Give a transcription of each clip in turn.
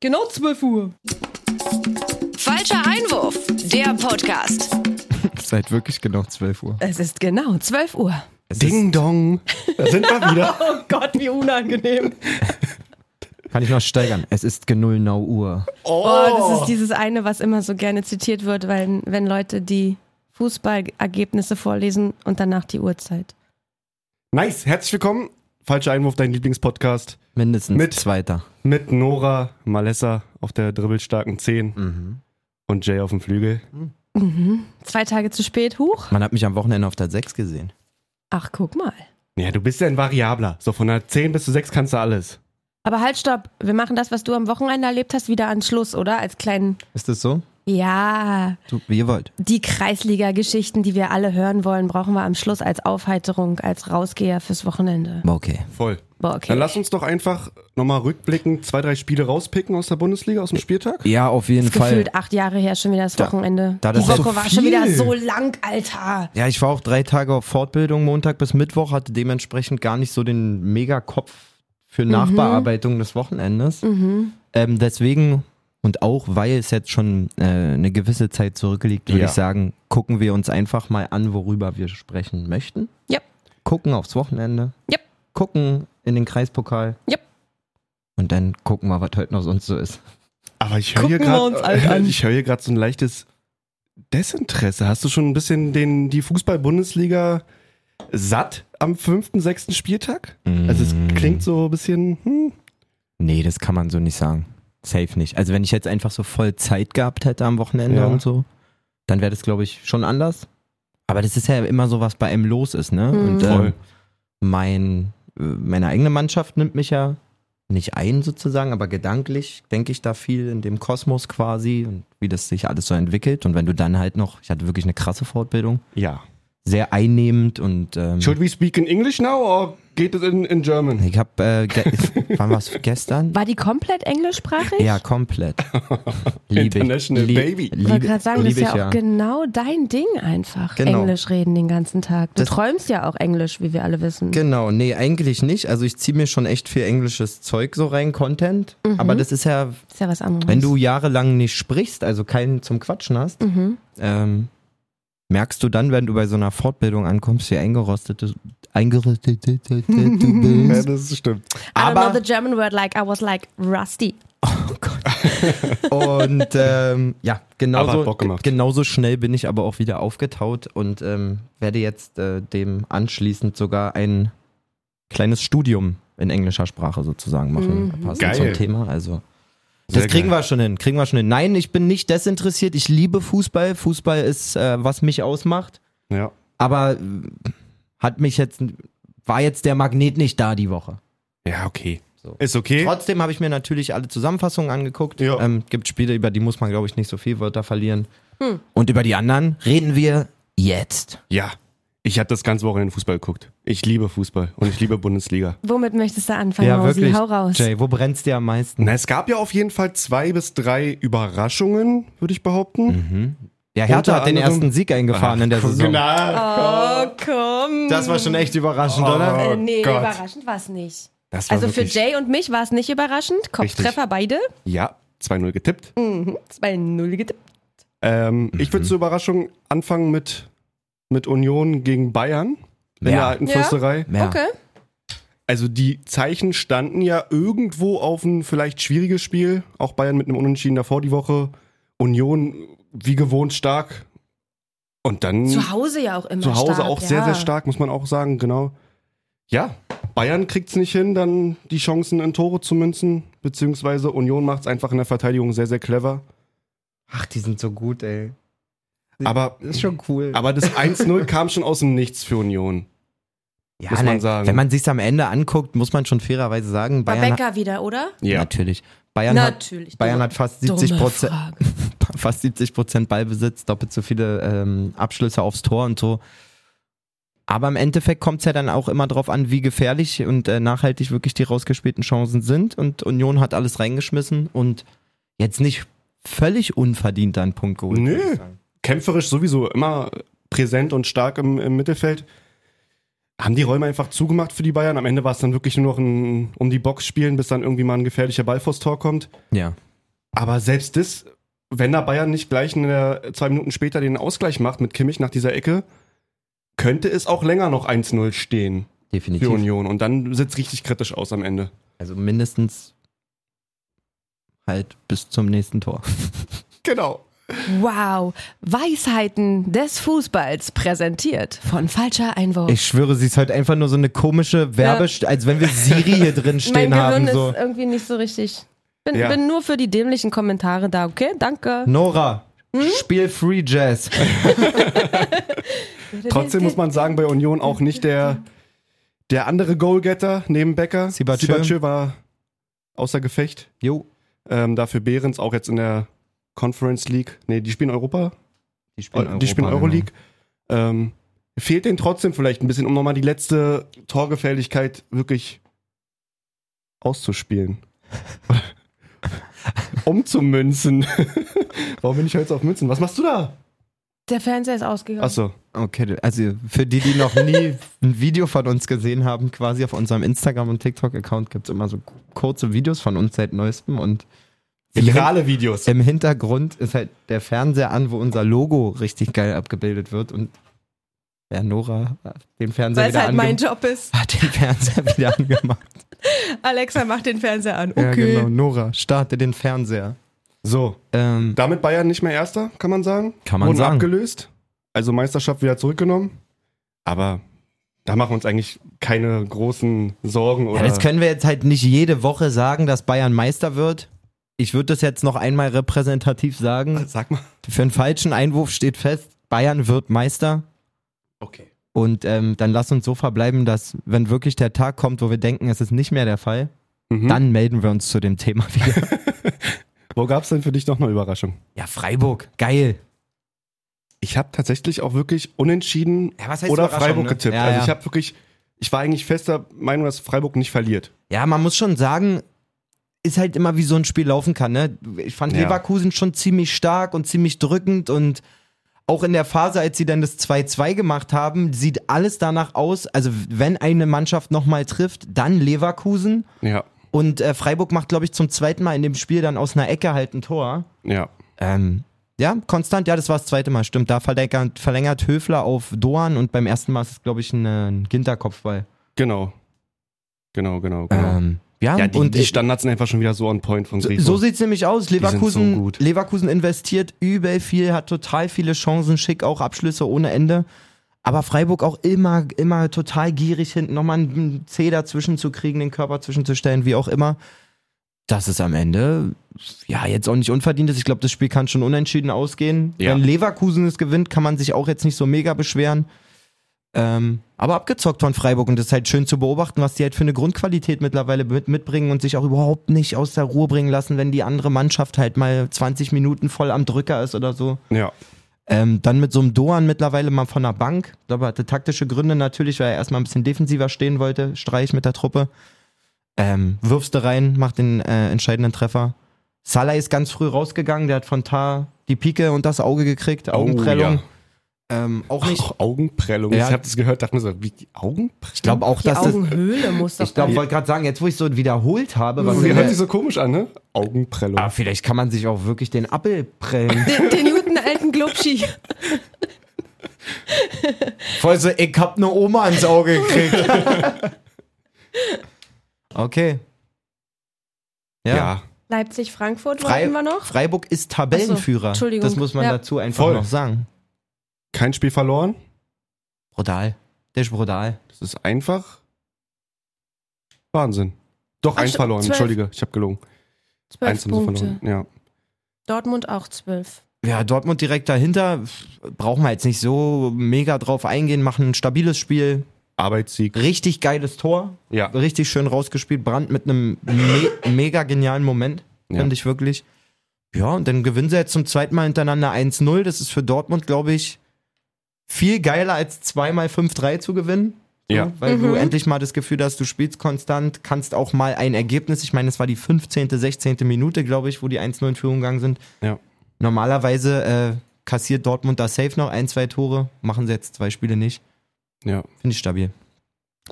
Genau 12 Uhr. Falscher Einwurf, der Podcast. Seit wirklich genau 12 Uhr. Es ist genau 12 Uhr. Ding Dong. Da sind wir wieder. Oh Gott, wie unangenehm. Kann ich noch steigern. Es ist genau Uhr. Oh, das ist dieses eine, was immer so gerne zitiert wird, weil, wenn Leute die Fußballergebnisse vorlesen und danach die Uhrzeit. Nice, herzlich willkommen. Falscher Einwurf, dein Lieblingspodcast. Mindestens Mit- zweiter. Mit Nora Malessa auf der dribbelstarken 10 Mhm. und Jay auf dem Flügel. Zwei Tage zu spät, huch. Man hat mich am Wochenende auf der 6 gesehen. Ach, guck mal. Ja, du bist ja ein Variabler. So von der 10 bis zu 6 kannst du alles. Aber halt, stopp. Wir machen das, was du am Wochenende erlebt hast, wieder ans Schluss, oder? Als kleinen. Ist das so? Ja, Du, wie ihr wollt. die Kreisliga-Geschichten, die wir alle hören wollen, brauchen wir am Schluss als Aufheiterung, als Rausgeher fürs Wochenende. Aber Okay. Voll. Boah, Dann okay. lass uns doch einfach nochmal rückblickend zwei, drei Spiele rauspicken aus der Bundesliga, aus dem Spieltag. Ja, auf jeden Fall. Gefühlt acht Jahre her schon wieder das Wochenende. da die das so Woche war schon viel- wieder so lang, Alter. Ja, ich war auch drei Tage auf Fortbildung, Montag bis Mittwoch, hatte dementsprechend gar nicht so den Mega-Kopf für Nachbearbeitung des Wochenendes. Ähm, deswegen und auch weil es jetzt schon äh, eine gewisse Zeit zurückliegt, würde Ja. ich sagen, gucken wir uns einfach mal an, worüber wir sprechen möchten. Yep. Gucken aufs Wochenende. Yep. Gucken in den Kreispokal. Yep. Und dann gucken wir, was heute noch sonst so ist. Aber ich höre Gucken hier wir uns alle gerade an. ich höre hier gerade so ein leichtes Desinteresse. Hast du schon ein bisschen den, die Fußball-Bundesliga satt am fünften, sechsten Spieltag? Also es Mhm. klingt so ein bisschen, hm, Nee, das kann man so nicht sagen. Safe nicht. Also wenn ich jetzt einfach so voll Zeit gehabt hätte am Wochenende Ja. und so, dann wäre das, glaube ich, schon anders. Aber das ist ja immer so, was bei einem los ist, ne? Mhm. Und Voll. ähm, mein, äh, meine eigene Mannschaft nimmt mich ja nicht ein sozusagen, aber gedanklich denke ich da viel in dem Kosmos quasi und wie das sich alles so entwickelt. Und wenn du dann halt noch, ich hatte wirklich eine krasse Fortbildung, ja. sehr einnehmend und ähm, Should we speak in English now or geht es in, in German? ich habe, äh, ge- wann war's gestern? War die komplett englischsprachig? Ja, komplett. liebe International ich. Lieb- baby. Ich wollte gerade sagen, das ist liebe ja auch genau dein Ding einfach. Genau. Englisch reden den ganzen Tag. Du Das- träumst ja auch Englisch, wie wir alle wissen. Genau, nee, eigentlich nicht. Also ich ziehe mir schon echt viel englisches Zeug so rein, Content. Mhm. Aber das ist ja, Ist ja was anderes. wenn du jahrelang nicht sprichst, also keinen zum Quatschen hast, Mhm. ähm, merkst du dann, wenn du bei so einer Fortbildung ankommst, wie eingerostet eingerostet du Ja, bist. das stimmt. I don't know Aber- the German word, like I was like rusty. Und ähm, ja, Aber hat genauso, Bock gemacht. genauso schnell bin ich aber auch wieder aufgetaut und ähm, werde jetzt äh, dem anschließend sogar ein kleines Studium in englischer Sprache sozusagen machen. Passend Geil. zum Thema. Also. Sehr das kriegen geil. wir schon hin, kriegen wir schon hin. Nein, ich bin nicht desinteressiert. Ich liebe Fußball. Fußball ist, äh, was mich ausmacht. Ja. Aber äh, hat mich jetzt, war jetzt der Magnet nicht da die Woche. Ja, okay. So. Ist okay. Trotzdem habe ich mir natürlich alle Zusammenfassungen angeguckt. Ja. Ähm, gibt Spiele, über die muss man, glaube ich, nicht so viel Wörter verlieren. Hm. Und über die anderen reden wir jetzt. Ja. Ich habe das ganze Wochenende Fußball geguckt. Ich liebe Fußball und ich liebe Bundesliga. Womit möchtest du anfangen, Mausi? Genau, Hau raus. Jay, wo brennst dir am meisten? Na, es gab ja auf jeden Fall zwei bis drei Überraschungen, würde ich Mhm. behaupten. Also Ja, Hertha Unter hat den anderem- ersten Sieg eingefahren in der Saison. Genau. Oh, komm. Das war Ah, genau. schon echt überraschend, oder? äh, nee, Gott. überraschend war es nicht. Das war Also für wirklich- Jay und mich war es nicht überraschend. Kopftreffer Mhm, beide. Ja, 2-0 getippt. 2-0 getippt. Ähm, Ich Mhm. würde zur Überraschung anfangen mit, mit Union gegen Bayern in Ja. der alten Ja. Försterei. Oh. Ja. Okay. Also die Zeichen standen ja irgendwo auf ein vielleicht schwieriges Spiel. Auch Bayern mit einem Unentschieden davor die Woche. Union wie gewohnt stark. Und dann Zu Hause ja auch immer zu Hause stark, auch ja. sehr, sehr stark, muss man auch sagen, genau. Ja, Bayern kriegt es nicht hin, dann die Chancen in Tore zu münzen. Beziehungsweise Union macht es einfach in der Verteidigung sehr, sehr clever. Ach, die sind so gut, ey. Aber, Das ist schon cool. aber das 1-0 kam schon aus dem Nichts für Union. ja, muss man ne, sagen. Wenn man sich's am Ende anguckt, muss man schon fairerweise sagen, War Bayern Becker wieder, oder? natürlich. Bayern hat, Natürlich. Bayern Dumme- hat fast 70 dumme Prozent. Frage. fast 70 Prozent Ballbesitz, doppelt so viele ähm, Abschlüsse aufs Tor und so. Aber im Endeffekt kommt es ja dann auch immer drauf an, wie gefährlich und äh, nachhaltig wirklich die rausgespielten Chancen sind. Und Union hat alles reingeschmissen und jetzt nicht völlig unverdient einen Punkt geholt. Nö. würde ich sagen. kämpferisch sowieso immer präsent und stark im, im Mittelfeld. Haben die Räume einfach zugemacht für die Bayern. Am Ende war es dann wirklich nur noch ein um die Box spielen, bis dann irgendwie mal ein gefährlicher Ball vors Tor kommt. Ja. Aber selbst das, wenn da Bayern nicht gleich in der, zwei Minuten später den Ausgleich macht mit Kimmich nach dieser Ecke, könnte es auch länger noch 1-0 stehen für Definitiv. Union. Und dann sieht es richtig kritisch aus am Ende. Also mindestens halt bis zum nächsten Tor. Genau. Wow. Weisheiten des Fußballs präsentiert von falscher Einwurf. Ich schwöre, sie ist heute einfach nur so eine komische Werbe, als wenn wir Siri hier drin mein stehen Gehirn haben. So. ist irgendwie nicht so richtig. Bin, Ja. bin nur für die dämlichen Kommentare da, okay? Danke. Nora, Hm? spiel Free Jazz. Hm, Äh, Trotzdem muss man sagen, bei Union auch nicht der, der andere Goalgetter neben Becker. Sibachö. Sibachö war außer Gefecht. Jo, Ähm, dafür Behrens auch jetzt in der Conference League. Nee, die spielen Europa. äh, die Oh, die spielen Europa, Euroleague. Ähm, fehlt denen trotzdem vielleicht ein bisschen, um nochmal die letzte Torgefährlichkeit wirklich auszuspielen. Umzumünzen. Warum bin ich heute auf Münzen? Was machst du da? Der Fernseher ist ausgegangen. Achso. Genau. Okay, also für die, die noch nie ein Video von uns gesehen haben, quasi auf unserem Instagram- und TikTok-Account gibt es immer so kurze Videos von uns seit neuestem und im Hin- Virale Videos. im Hintergrund ist halt der Fernseher an, wo unser Logo richtig geil abgebildet wird und ja, Nora hat den Fernseher Weil es wieder halt mein angemacht. Job ist. Hat den Fernseher wieder angemacht. Alexa macht den Fernseher an. Ja, Okay. genau. Nora, starte den Fernseher. So, Ähm, damit Bayern nicht mehr Erster, kann man sagen. Kann man Wurden sagen. abgelöst. Also Meisterschaft wieder zurückgenommen. Aber da machen wir uns eigentlich keine großen Sorgen ja, oder. das können wir jetzt halt nicht jede Woche sagen, dass Bayern Meister wird. Ich würde das jetzt noch einmal repräsentativ sagen. Ah, Sag mal. Für einen falschen Einwurf steht fest, Bayern wird Meister. Okay. Und ähm, dann lass uns so verbleiben, dass wenn wirklich der Tag kommt, wo wir denken, es ist nicht mehr der Fall, Mhm. dann melden wir uns zu dem Thema wieder. Wo gab es denn für dich noch eine Überraschung? ja, Freiburg, geil. Ich habe tatsächlich auch wirklich unentschieden Ja, was oder Überraschung, Freiburg ne? getippt. Ja, also ja. ich habe wirklich, ich war eigentlich fester Meinung, dass Freiburg nicht verliert. Ja, man muss schon sagen, ist halt immer, wie so ein Spiel laufen kann. Ne? Ich fand Ja. Leverkusen schon ziemlich stark und ziemlich drückend und auch in der Phase, als sie dann das 2-2 gemacht haben, sieht alles danach aus. Also wenn eine Mannschaft nochmal trifft, dann Leverkusen. Ja, Und äh, Freiburg macht, glaube ich, zum zweiten Mal in dem Spiel dann aus einer Ecke halt ein Tor. ja. Ähm, ja, konstant, ja, das war das zweite Mal, stimmt. Da verlängert, verlängert Höfler auf Doan und beim ersten Mal ist es, glaube ich, ein, äh, ein Ginterkopfball. Genau. Genau, genau, genau. Ähm, ja, ja, die, und die ich- Standards sind einfach schon wieder so on point von Griechen. So sieht's nämlich aus. sind Leverkusen, so gut. Leverkusen investiert übel viel, hat total viele Chancen, schick auch Abschlüsse ohne Ende. Aber Freiburg auch immer, immer total gierig, hinten nochmal einen C dazwischen zu kriegen, den Körper zwischenzustellen, wie auch immer. Das ist am Ende, ja, jetzt auch nicht unverdient ist. Ich glaube, das Spiel kann schon unentschieden ausgehen. Ja. Wenn Leverkusen es gewinnt, kann man sich auch jetzt nicht so mega beschweren. Ähm, aber abgezockt von Freiburg und das ist halt schön zu beobachten, was die halt für eine Grundqualität mittlerweile mit, mitbringen und sich auch überhaupt nicht aus der Ruhe bringen lassen, wenn die andere Mannschaft halt mal 20 Minuten voll am Drücker ist oder so. ja. Ähm, dann mit so einem Doan mittlerweile mal von der Bank. Ich glaube, er hatte taktische Gründe natürlich, weil er erstmal ein bisschen defensiver stehen wollte, Streich mit der Truppe. Ähm, wirfst du rein, macht den äh, entscheidenden Treffer. Salah ist ganz früh rausgegangen, der hat von Tar die Pike und das Auge gekriegt, Oh, Augenprellung. ähm, auch nicht. Ach, Augenprellung. Ja. Ich habe das gehört, dachte mir so, wie die Augenprellung? Ich glaube auch, Die dass das. Augenhöhle muss doch. Ich glaube, wollte gerade sagen, jetzt wo ich so wiederholt habe, was Sie in hört der, sich so komisch an, ne? Augenprellung. ah, vielleicht kann man sich auch wirklich den Appel prellen. den, den guten alten Glubschi. Voll so, ich hab ne Oma ins Auge gekriegt. okay. Ja. Leipzig, Frankfurt Frei- wollten wir noch. Freiburg ist Tabellenführer. Ach so, Entschuldigung. Das muss man Ja. dazu einfach Voll. noch sagen. Kein Spiel verloren. Brutal. Der ist brutal. Das ist einfach Wahnsinn. Doch, Ach, eins verloren. zwölf. Entschuldige, ich habe gelogen. Zwölf eins haben sie verloren. Punkte. Ja. Dortmund auch zwölf. Ja, Dortmund direkt dahinter. Brauchen wir jetzt nicht so mega drauf eingehen. Machen ein stabiles Spiel. Arbeitssieg. Richtig geiles Tor. Ja. richtig schön rausgespielt. Brandt mit einem me mega genialen Moment, Ja. finde ich wirklich. Ja, und dann gewinnen sie jetzt zum zweiten Mal hintereinander 1-0. Das ist für Dortmund, glaube ich, viel geiler als zweimal 5-3 zu gewinnen. So, Ja. Weil du Mhm. endlich mal das Gefühl hast, du spielst konstant, kannst auch mal ein Ergebnis, ich meine, es war die 15., 16. Minute, glaube ich, wo die 1-0 in Führung gegangen sind. Ja. Normalerweise äh, kassiert Dortmund da safe noch ein, zwei Tore, machen sie jetzt zwei Spiele nicht. Ja. Finde ich stabil.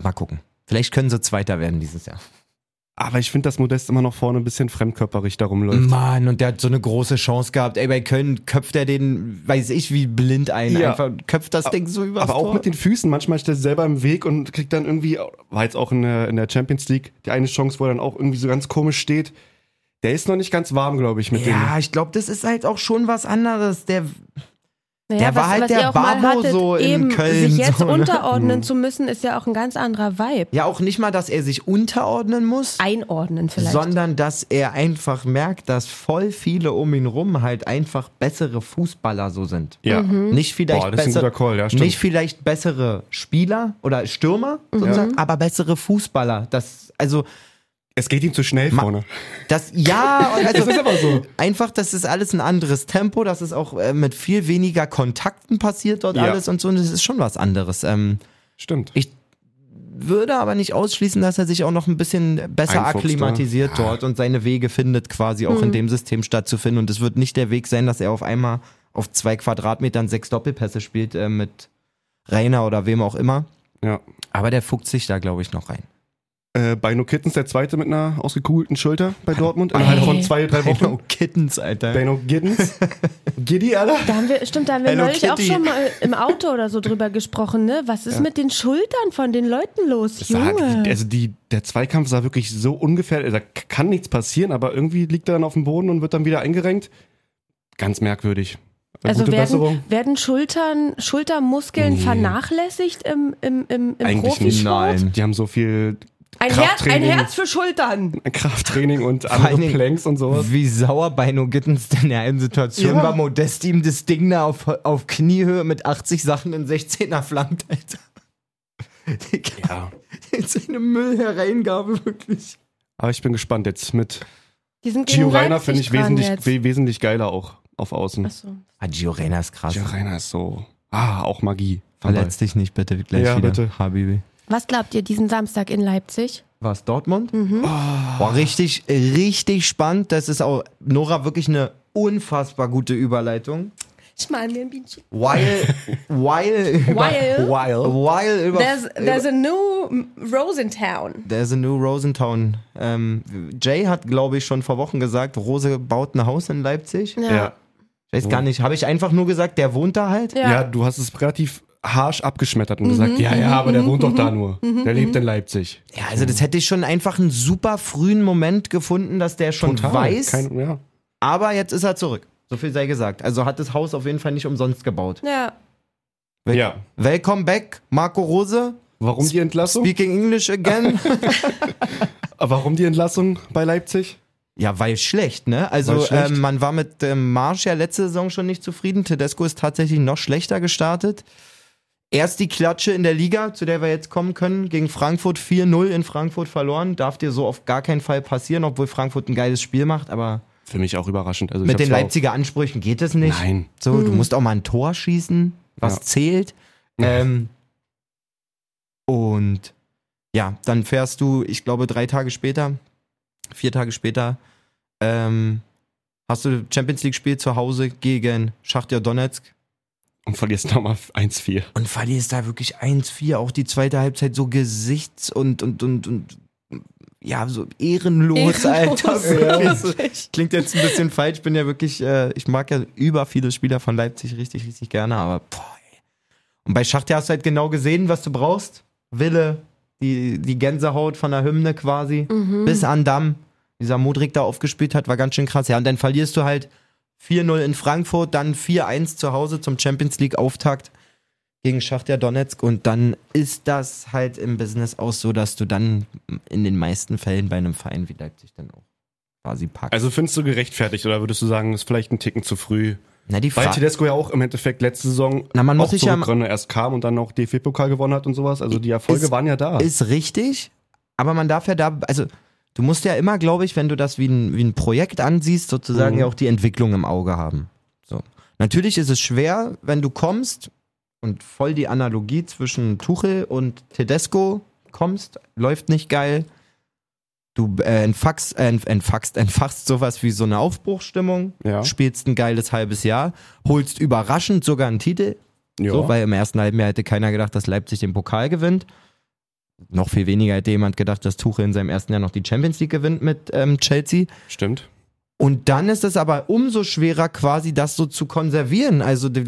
Mal gucken. Vielleicht können sie Zweiter werden dieses Jahr. Aber ich finde, dass Modest immer noch vorne ein bisschen fremdkörperig da rumläuft. Mann, und der hat so eine große Chance gehabt. Ey, bei Köln köpft er den, weiß ich wie, blind ein. Ja. Einfach köpft das Ding so über aber auch mit den Füßen. Manchmal steht er selber im Weg und kriegt dann irgendwie, war jetzt auch in der, in der Champions League, die eine Chance, wo er dann auch irgendwie so ganz komisch steht. Der ist noch nicht ganz warm, glaube ich, mit dem. Ja, ich glaube, das ist halt auch schon was anderes. Der, Naja, Der war halt der ihr auch mal Barbo so in eben, Köln, Sich jetzt so, ne? unterordnen zu müssen, ist ja auch ein ganz anderer Vibe. ja, auch nicht mal, dass er sich unterordnen muss, Einordnen vielleicht. sondern dass er einfach merkt, dass voll viele um ihn rum halt einfach bessere Fußballer so sind. Ja. Nicht vielleicht, Boah, das ist ein besser, guter Call, ja, stimmt. nicht vielleicht bessere Spieler oder Stürmer, sozusagen, aber bessere Fußballer. Das, also, Es geht ihm zu schnell vorne. das, ja, also, aber so. einfach, das ist alles ein anderes Tempo, das ist auch äh, mit viel weniger Kontakten passiert dort Ja. alles und so, und das ist schon was anderes. Ähm, Stimmt. würde aber nicht ausschließen, dass er sich auch noch ein bisschen besser Einfuchst, Ah. akklimatisiert dort und seine Wege findet, quasi auch in dem System stattzufinden. Und es wird nicht der Weg sein, dass er auf einmal auf zwei Quadratmetern sechs Doppelpässe spielt äh, mit Rainer oder wem auch immer. Ja. Aber der fuchst sich da, glaube ich, noch rein. Äh, bei No Kittens der zweite mit einer ausgekugelten Schulter bei Dortmund. Innerhalb von zwei, drei Wochen. Hello Kittens, Alter. Benno Giddens. Giddy, Alter. Da haben wir, stimmt, da haben wir Hello neulich auch Kitty. schon mal im Auto oder so drüber gesprochen, ne? Was ist mit den Schultern von den Leuten los, Es halt sah, Junge? also die, der Zweikampf sah wirklich so ungefährlich, also da k- kann nichts passieren, aber irgendwie liegt er dann auf dem Boden und wird dann wieder eingerenkt. Ganz merkwürdig. also Gute Besserung. werden, werden Schultern, Schultermuskeln vernachlässigt im, im, im, im Eigentlich nicht. Profisport? Nein. Die haben so viel Ein Herz, ein Krafttraining. Herz für Schultern. Krafttraining und Vor andere allen Dingen, Planks und sowas. Wie sauer bei No Gittens denn in der Situation Ja. war, Modest ihm das Ding da auf, auf Kniehöhe mit 80 Sachen in 16er flankt, Alter. Digga. Ja. Jetzt eine Müllhereingabe, wirklich. Aber ich bin gespannt jetzt mit Die sind gegen Gio Reiner finde Leipzig ich dran wesentlich, jetzt. we wesentlich geiler auch auf Außen. Achso. Ah, Gio Reyna ist krass. Gio Reiner ist so, ah, auch Magie. Verletz dich nicht bitte gleich Ja, wieder, bitte. Habibi. Was glaubt ihr diesen Samstag in Leipzig? War es Dortmund? Oh. Boah, richtig, richtig spannend. Das ist auch, Nora, wirklich eine unfassbar gute Überleitung. Ich meine mir ein Bienchen. Weil, weil, über, While- while über, There's, there's a new rose in town. There's a new Rose in town. Ähm, Jay hat, glaube ich, schon vor Wochen gesagt, Rose baut ein Haus in Leipzig. Ja. Ja. Ich weiß gar nicht, habe ich einfach nur gesagt, der wohnt da halt? Ja. Mhm, du hast es relativ harsch abgeschmettert und gesagt, ja, ja, aber der wohnt doch da nur. Der lebt in Leipzig. Ja, also das hätte ich schon einfach einen super frühen Moment gefunden, dass der schon weiß, Kein, ja. aber jetzt ist er zurück. So viel sei gesagt. Also hat das Haus auf jeden Fall nicht umsonst gebaut. Ja. ja. Welcome back, Marco Rose. Warum die Entlassung? Speaking English again. Warum die Entlassung bei Leipzig? Ja, weil schlecht, ne? Also Weil schlecht. Ähm, man war mit ähm, Marsch ja letzte Saison schon nicht zufrieden. Tedesco ist tatsächlich noch schlechter gestartet. Erst die Klatsche in der Liga, zu der wir jetzt kommen können, gegen Frankfurt 4-0 in Frankfurt verloren. Darf dir so auf gar keinen Fall passieren, obwohl Frankfurt ein geiles Spiel macht, aber Für mich auch überraschend. Also ich mit den hab's Leipziger Ansprüchen geht es nicht. Nein. So, du musst auch mal ein Tor schießen, was Ja. zählt. Ja. Ähm, und ja, dann fährst du, ich glaube, drei Tage später, vier Tage später, ähm, hast du Champions League-Spiel zu Hause gegen Schachtja Donetsk Auch. Und verlierst nochmal 1-4. und verlierst da wirklich 1-4, auch die zweite Halbzeit so gesichts- und, und, und, und ja, so ehrenlos, Ehrenlos, Alter. ja. Wirklich so. Klingt jetzt ein bisschen falsch, bin ja wirklich, äh, ich mag ja über viele Spieler von Leipzig richtig, richtig gerne, aber boah, ey. Und bei Schachtja hast du halt genau gesehen, was du brauchst. Wille, die, die Gänsehaut von der Hymne quasi, Mhm. bis an Damm. Dieser Modric da aufgespielt hat, war ganz schön krass. Ja, und dann verlierst du halt 4-0 in Frankfurt, dann 4-1 zu Hause zum Champions League-Auftakt gegen Schachtja Donetsk und dann ist das halt im Business auch so, dass du dann in den meisten Fällen bei einem Verein wie Leipzig dann auch quasi packst. Also findest du gerechtfertigt oder würdest du sagen, ist vielleicht ein Ticken zu früh? Na, die Weil Frage. Tedesco ja auch im Endeffekt letzte Saison Na, man muss auch sich ja- zurückrennen, erst kam und dann auch DFB-Pokal gewonnen hat und sowas. Also die Erfolge Ist- waren ja da. Ist richtig, aber man darf ja da, also du musst ja immer, glaube ich, wenn du das wie ein, wie ein Projekt ansiehst, sozusagen Mhm. ja auch die Entwicklung im Auge haben. So. Natürlich ist es schwer, wenn du kommst und voll die Analogie zwischen Tuchel und Tedesco kommst, läuft nicht geil. Du äh, entfachst, äh, ent- entfachst, entfachst sowas wie so eine Aufbruchstimmung, Ja. spielst ein geiles halbes Jahr, holst überraschend sogar einen Titel, ja. so, weil im ersten halben Jahr hätte keiner gedacht, dass Leipzig den Pokal gewinnt. noch viel weniger hätte jemand gedacht, dass Tuchel in seinem ersten Jahr noch die Champions League gewinnt mit ähm, Chelsea. Stimmt. Und dann ist es aber umso schwerer, quasi das so zu konservieren, also de,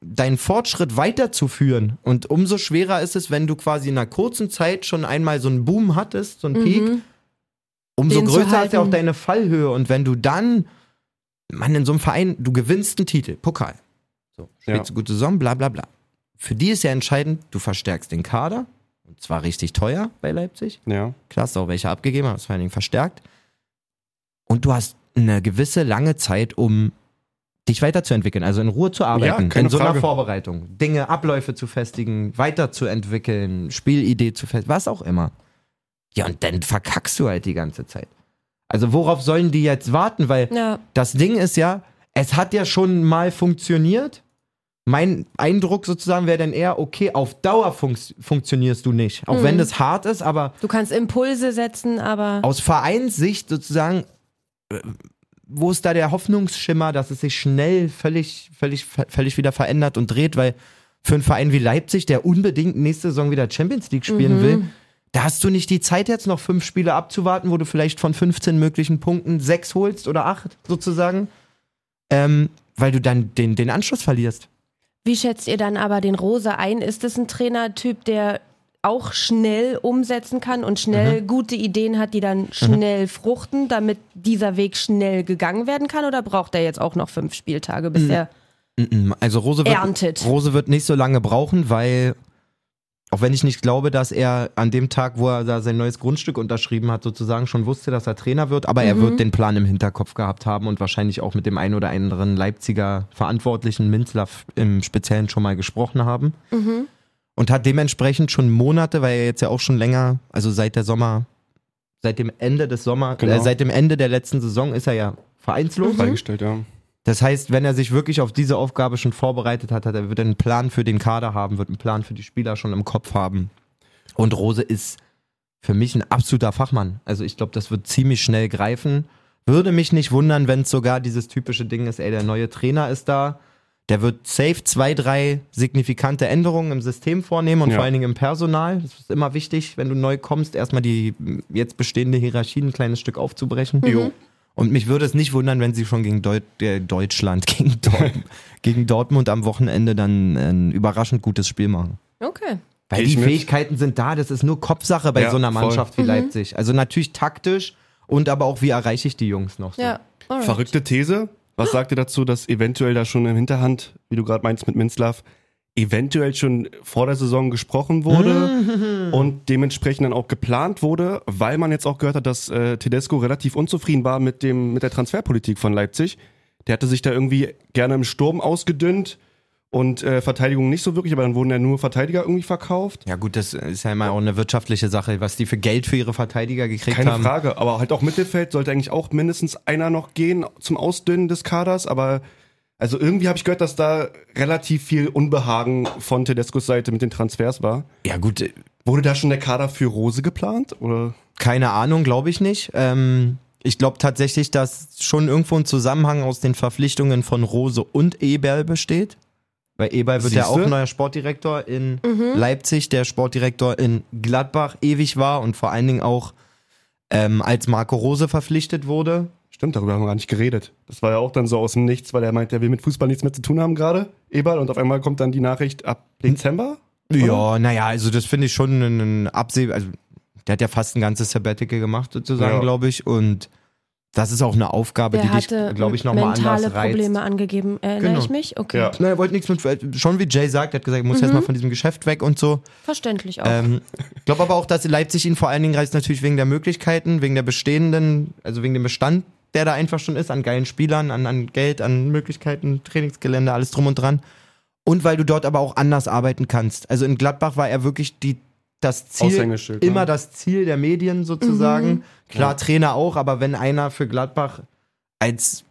deinen Fortschritt weiterzuführen. Und umso schwerer ist es, wenn du quasi in einer kurzen Zeit schon einmal so einen Boom hattest, so einen Peak, Mhm. umso Den zu größer ist ja auch halten. deine Fallhöhe. Und wenn du dann, Mann, in so einem Verein, du gewinnst einen Titel, Pokal. So, Ja. spielst eine gute Saison, bla bla bla. Für die ist ja entscheidend, du verstärkst den Kader. Und zwar richtig teuer bei Leipzig. Ja. Klar, hast du auch welche abgegeben, aber es vor allen Dingen verstärkt. Und du hast eine gewisse lange Zeit, um dich weiterzuentwickeln, also in Ruhe zu arbeiten, keine in so einer Frage. Vorbereitung. Dinge, Abläufe zu festigen, weiterzuentwickeln, Spielidee zu festigen, was auch immer. Ja, und dann verkackst du halt die ganze Zeit. Also worauf sollen die jetzt warten? Weil Ja, das Ding ist ja, es hat ja schon mal funktioniert. Mein Eindruck sozusagen wäre dann eher, okay, auf Dauer funks- funktionierst du nicht. Auch wenn das hart ist, aber du kannst Impulse setzen, aber aus Vereinssicht sozusagen, äh, wo ist da der Hoffnungsschimmer, dass es sich schnell völlig, völlig, völlig wieder verändert und dreht, weil für einen Verein wie Leipzig, der unbedingt nächste Saison wieder Champions League spielen will, da hast du nicht die Zeit jetzt noch fünf Spiele abzuwarten, wo du vielleicht von 15 möglichen Punkten sechs holst oder acht sozusagen, ähm, weil du dann den, den Anschluss verlierst. wie schätzt ihr dann aber den Rose ein? Ist das ein Trainertyp, der auch schnell umsetzen kann und Mhm. schnell gute Ideen hat, die dann schnell fruchten, damit dieser Weg schnell gegangen werden kann? Oder braucht er jetzt auch noch fünf Spieltage, Mhm. bis er Also Rose Erntet. wird, Rose wird nicht so lange brauchen, weil auch wenn ich nicht glaube, dass er an dem Tag, wo er da sein neues Grundstück unterschrieben hat, sozusagen schon wusste, dass er Trainer wird, aber er wird den Plan im Hinterkopf gehabt haben und wahrscheinlich auch mit dem einen oder anderen Leipziger Verantwortlichen Minzler f- im Speziellen schon mal gesprochen haben. Und hat dementsprechend schon Monate, weil er jetzt ja auch schon länger, also seit der Sommer, seit dem Ende des Sommer, Genau. äh, seit dem Ende der letzten Saison ist er ja vereinslos. Freigestellt, ja. Das heißt, wenn er sich wirklich auf diese Aufgabe schon vorbereitet hat, hat er wird er einen Plan für den Kader haben, wird einen Plan für die Spieler schon im Kopf haben. Und Rose ist für mich ein absoluter Fachmann. Also ich glaube, das wird ziemlich schnell greifen. Würde mich nicht wundern, wenn es sogar dieses typische Ding ist, ey, der neue Trainer ist da. Der wird safe zwei, drei signifikante Änderungen im System vornehmen und Ja. vor allen Dingen im Personal. Das ist immer wichtig, wenn du neu kommst, erstmal die mm, jetzt bestehende Hierarchie ein kleines Stück aufzubrechen. Und mich würde es nicht wundern, wenn sie schon gegen Deut äh, Deutschland, gegen, Dort gegen Dortmund am Wochenende dann ein überraschend gutes Spiel machen. Okay. Weil Geh ich die mit. Fähigkeiten sind da, das ist nur Kopfsache bei Ja, so einer voll. Mannschaft wie Leipzig. Also natürlich taktisch und aber auch, wie erreiche ich die Jungs noch so. Ja. alright. Verrückte These. Was sagt ihr dazu, dass eventuell da schon im Hinterhand, wie du gerade meinst mit Minzlaff, eventuell schon vor der Saison gesprochen wurde und dementsprechend dann auch geplant wurde, weil man jetzt auch gehört hat, dass äh, Tedesco relativ unzufrieden war mit, dem, mit der Transferpolitik von Leipzig. Der hatte sich da irgendwie gerne im Sturm ausgedünnt und äh, Verteidigung nicht so wirklich, aber dann wurden ja nur Verteidiger irgendwie verkauft. Ja gut, das ist ja immer auch eine wirtschaftliche Sache, was die für Geld für ihre Verteidiger gekriegt Keine haben. Frage, aber halt auch Mittelfeld sollte eigentlich auch mindestens einer noch gehen zum Ausdünnen des Kaders, aber also irgendwie habe ich gehört, dass da relativ viel Unbehagen von Tedescos Seite mit den Transfers war. Ja gut, äh, Wurde da schon der Kader für Rose geplant? Oder? keine Ahnung, glaube ich nicht. Ähm, ich glaube tatsächlich, dass schon irgendwo ein Zusammenhang aus den Verpflichtungen von Rose und Eberl besteht. Weil Eberl wird ja Siehste? auch neuer Sportdirektor in Mhm. Leipzig, der Sportdirektor in Gladbach ewig war und vor allen Dingen auch ähm, als Marco Rose verpflichtet wurde. Stimmt, darüber haben wir gar nicht geredet. Das war ja auch dann so aus dem Nichts, weil er meint, er will mit Fußball nichts mehr zu tun haben gerade, Eberl, und auf einmal kommt dann die Nachricht ab Dezember? Ja, naja, also das finde ich schon ein Abseh. Also, der hat ja fast ein ganzes Sabbatical gemacht, sozusagen, Ja. glaube ich. Und das ist auch eine Aufgabe, Der die hatte dich, glaube ich, nochmal mentale anders reizt. Probleme angegeben. Erinnere Genau. ich mich? Okay. Ja. Na, er wollte nichts mit. Schon wie Jay sagt, er hat gesagt, er muss erstmal von diesem Geschäft weg und so. Verständlich auch. Ähm, glaube aber auch, dass Leipzig ihn vor allen Dingen reizt, natürlich wegen der Möglichkeiten, wegen der bestehenden, also wegen dem Bestand, der da einfach schon ist, an geilen Spielern, an, an Geld, an Möglichkeiten, Trainingsgelände, alles drum und dran. Und weil du dort aber auch anders arbeiten kannst. Also in Gladbach war er wirklich die, das Ziel, Aushängeschild, ne? immer das Ziel der Medien sozusagen. Klar, Trainer auch, aber wenn einer für Gladbach als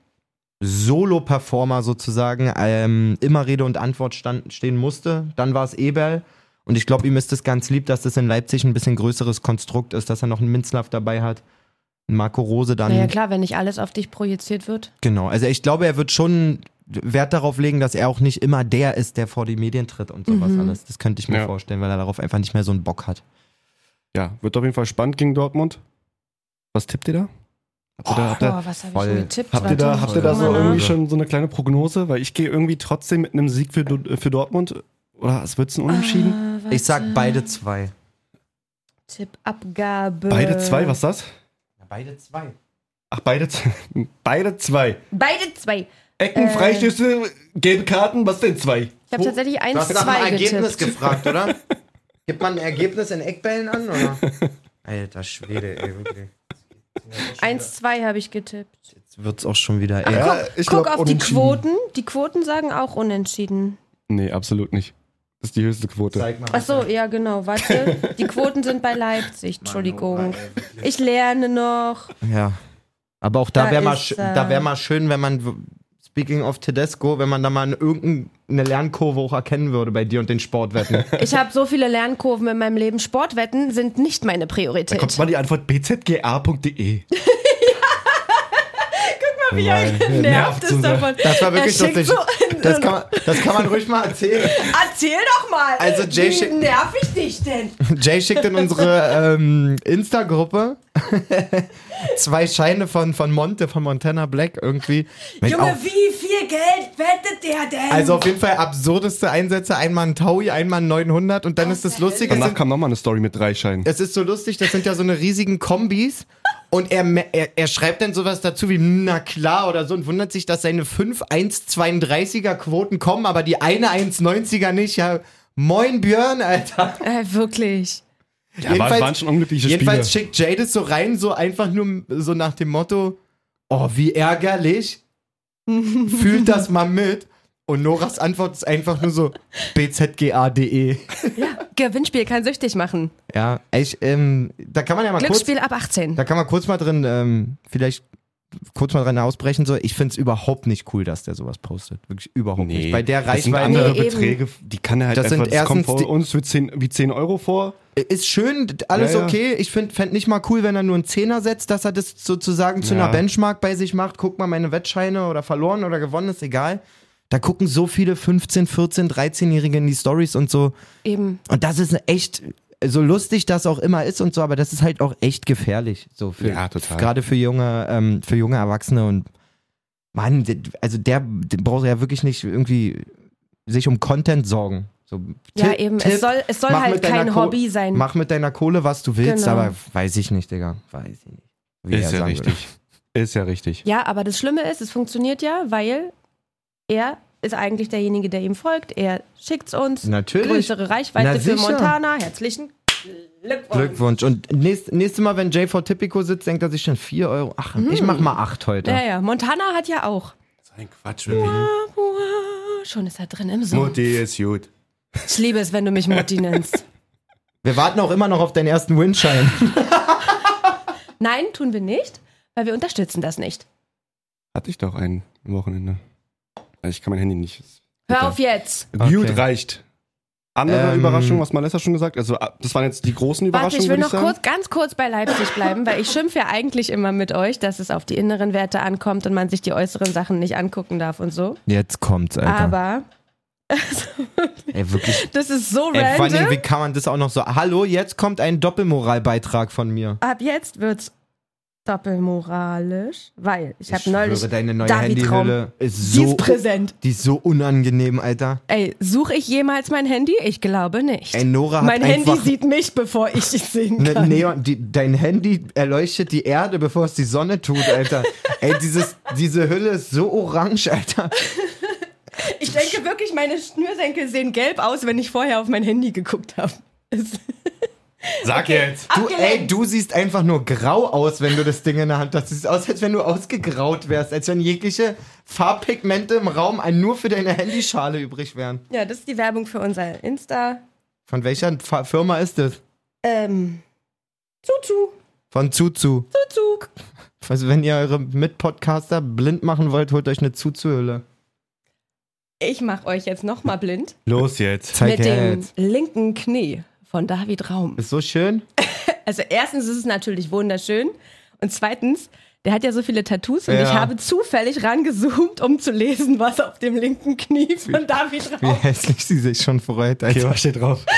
Solo-Performer sozusagen ähm, immer Rede und Antwort stand, stehen musste. Dann war es Eberl. Und ich glaube, ihm ist es ganz lieb, dass das in Leipzig ein bisschen größeres Konstrukt ist, dass er noch einen Minzlaff dabei hat. einen Marco Rose dann. naja, klar, wenn nicht alles auf dich projiziert wird. Genau. Also ich glaube, er wird schon Wert darauf legen, dass er auch nicht immer der Mhm. ist, der vor die Medien tritt und sowas alles. Das könnte ich mir Ja. vorstellen, weil er darauf einfach nicht mehr so einen Bock hat. Ja, wird auf jeden Fall spannend gegen Dortmund. Was tippt ihr da? Habt ihr da, habt ihr, Boah, was habe ich voll. schon getippt? habt ihr da, Warte, habt ihr da ich so guck mal irgendwie nach. schon so eine kleine Prognose? Weil ich gehe irgendwie trotzdem mit einem Sieg für, Do- für Dortmund. Oder es wird ein Unentschieden? Ah, warte. Ich sag beide zwei. Tippabgabe. Beide zwei, was ist das? Beide zwei. Ach, beide, z- beide zwei. Beide zwei. Ecken, Äh. Freistöße, gelbe Karten, was denn zwei? Ich habe tatsächlich Du eins hast nach dem zwei Ergebnis getippt. gefragt, oder? Gibt man ein Ergebnis in Eckbällen an, oder? Alter Schwede, ey, wirklich. Eins zwei habe ich getippt. Jetzt wird's auch schon wieder Ja, eher. ich Guck glaub, auf die unentschieden. Quoten. Die Quoten sagen auch unentschieden. Nee, absolut nicht. Das ist die höchste Quote. mal. Achso, ja, genau. Warte. Die Quoten sind bei Leipzig. Entschuldigung. Ich Ich lerne noch. Ja. Aber auch da, Da wäre mal, ist, sch- äh, da wär mal schön, wenn man, w- speaking of Tedesco, wenn man da mal irgendeine Lernkurve auch erkennen würde bei dir und den Sportwetten. Ich habe so viele Lernkurven in meinem Leben. Sportwetten sind nicht meine Da Priorität. kommt mal die Antwort bzga.de. Guck mal, wie er Nervt genervt so ist davon. Das war wirklich er schickt lustig. So Das kann, man, das kann man ruhig mal erzählen. Erzähl doch mal. Also Jay wie schick- nervig dich denn? Jay schickt in unsere ähm, Insta-Gruppe zwei Scheine von, von Monte, von Montana Black irgendwie. Mit Junge, auch- wie viel Geld wettet der denn? also auf jeden Fall absurdeste Einsätze. Einmal ein Taui, einmal ein 900 und dann ist das Lustige. es Danach sind- kam nochmal eine Story mit drei Scheinen. Es ist so lustig, das sind ja so eine riesigen Kombis. Und er, me- er, er schreibt dann sowas dazu wie, na klar oder so und wundert sich, dass seine 5 1,32er Quoten kommen, aber die eine 1,90er nicht. Ja, moin Björn, Alter. äh, wirklich. Ja, aber es waren schon unglückliche Jedenfalls Spiele. schickt Jay das so rein, so einfach nur so nach dem Motto, oh, wie ärgerlich. Fühlt das mal mit. Und Noras Antwort ist einfach nur so, bzga.de. Gewinnspiel kann süchtig machen. E. Ja, ich, ähm, da kann man ja mal kurz Glücksspiel ab 18. Da kann man kurz mal drin, ähm, vielleicht kurz mal drin ausbrechen. So, ich finde es überhaupt nicht cool, dass der sowas postet. Wirklich überhaupt nicht. Bei der das sind Reichweite andere Nee, eben. Beträge, die kann er halt Das einfach, sind kommt erstens vor die- uns für 10, wie 10 Euro vor. ist schön, alles Ja, ja. okay. Ich fände nicht mal cool, wenn er nur einen Zehner setzt, dass er das sozusagen zu Ja. einer Benchmark bei sich macht. Guck mal, meine Wettscheine oder verloren oder gewonnen, ist egal. Da gucken so viele 15, 14, 13-Jährige in die Stories und so. Eben. Und das ist echt, so lustig das auch immer ist und so, aber das ist halt auch echt gefährlich. So für, Ja, total. Gerade für junge, ähm, für junge Erwachsene und Mann, d- also der, der braucht ja wirklich nicht irgendwie sich um Content sorgen. So, Ja, Tipp- eben. Tipp, es soll, es soll mach halt mit deiner kein Ko- Hobby sein. Mach mit deiner Kohle, was du willst, Genau. aber weiß ich nicht, Digga. Weiß ich nicht. Wie er sagen würde. Ist ja richtig. Ja, aber das Schlimme ist, es funktioniert ja, weil er ist eigentlich derjenige, der ihm folgt. Er schickt's uns. Natürlich. Größere Reichweite Na, für sicher. Montana. Herzlichen Glückwunsch. Glückwunsch. Und nächst, nächste Mal, wenn Jay vor Tipico sitzt, denkt er sich schon 4 Euro. Ach, ich mach mal 8 heute. Mhm. Ja, ja. Montana hat ja auch. Das ist ein Quatsch, wirklich. Schon ist er drin im Sohn. ist gut. Ich liebe es, wenn du mich Mutti nennst. Wir warten auch immer noch auf deinen ersten Windschein. Nein, tun wir nicht, weil wir unterstützen das nicht. Hatte ich doch einen am Wochenende. Also Ich kann mein Handy nicht. Hör auf jetzt. Okay. Gut reicht. Andere Ähm. Überraschung, was Malessa schon gesagt hat. Also, ah, das waren jetzt die großen Warte, Überraschungen, ich will würd noch sagen. kurz, ganz kurz bei Leipzig bleiben, weil ich schimpfe ja eigentlich immer mit euch, dass es auf die inneren Werte ankommt und man sich die äußeren Sachen nicht angucken darf und so. Jetzt kommt's, Alter. Aber Ey, wirklich. das ist so Ey, vor allen Dingen, random. wie kann man das auch noch so. Hallo, jetzt kommt ein Doppelmoralbeitrag von mir. Ab jetzt wird's doppelmoralisch, weil ich, habe neulich schwöre, deine neue David Handyhülle ist die so. ist präsent. Die ist so unangenehm, Alter. Ey, suche ich jemals mein Handy? Ich glaube nicht. Ey, Nora hat mein Handy einfach- sieht mich, bevor ich es sehen Ne, kann. Neon, die, dein Handy erleuchtet die Erde, bevor es die Sonne tut, Alter. Ey, dieses, diese Hülle ist so orange, Alter. Ich denke wirklich, meine Schnürsenkel sehen gelb aus, wenn ich vorher auf mein Handy geguckt habe. Sag jetzt. Du, ey, du siehst einfach nur grau aus, wenn du das Ding in der Hand hast. Du siehst aus, als wenn du ausgegraut wärst. Als wenn jegliche Farbpigmente im Raum ein- nur für deine Handyschale übrig wären. Ja, das ist die Werbung für unser Insta. Von welcher Fa- Firma ist das? Ähm. Zuzu, Von Zuzu. Zuzu. Also wenn ihr eure Mitpodcaster blind machen wollt, holt euch eine Zuzu-Hülle. Ich mach euch jetzt nochmal blind. Los jetzt. Zeig mit her dem jetzt. linken Knie von David Raum. Ist so schön. Also erstens ist es natürlich wunderschön und zweitens, der hat ja so viele Tattoos und Ja. ich habe zufällig rangezoomt, um zu lesen, was auf dem linken Knie von David Wie Raum. hässlich sie sich schon freut. Alter. steht drauf?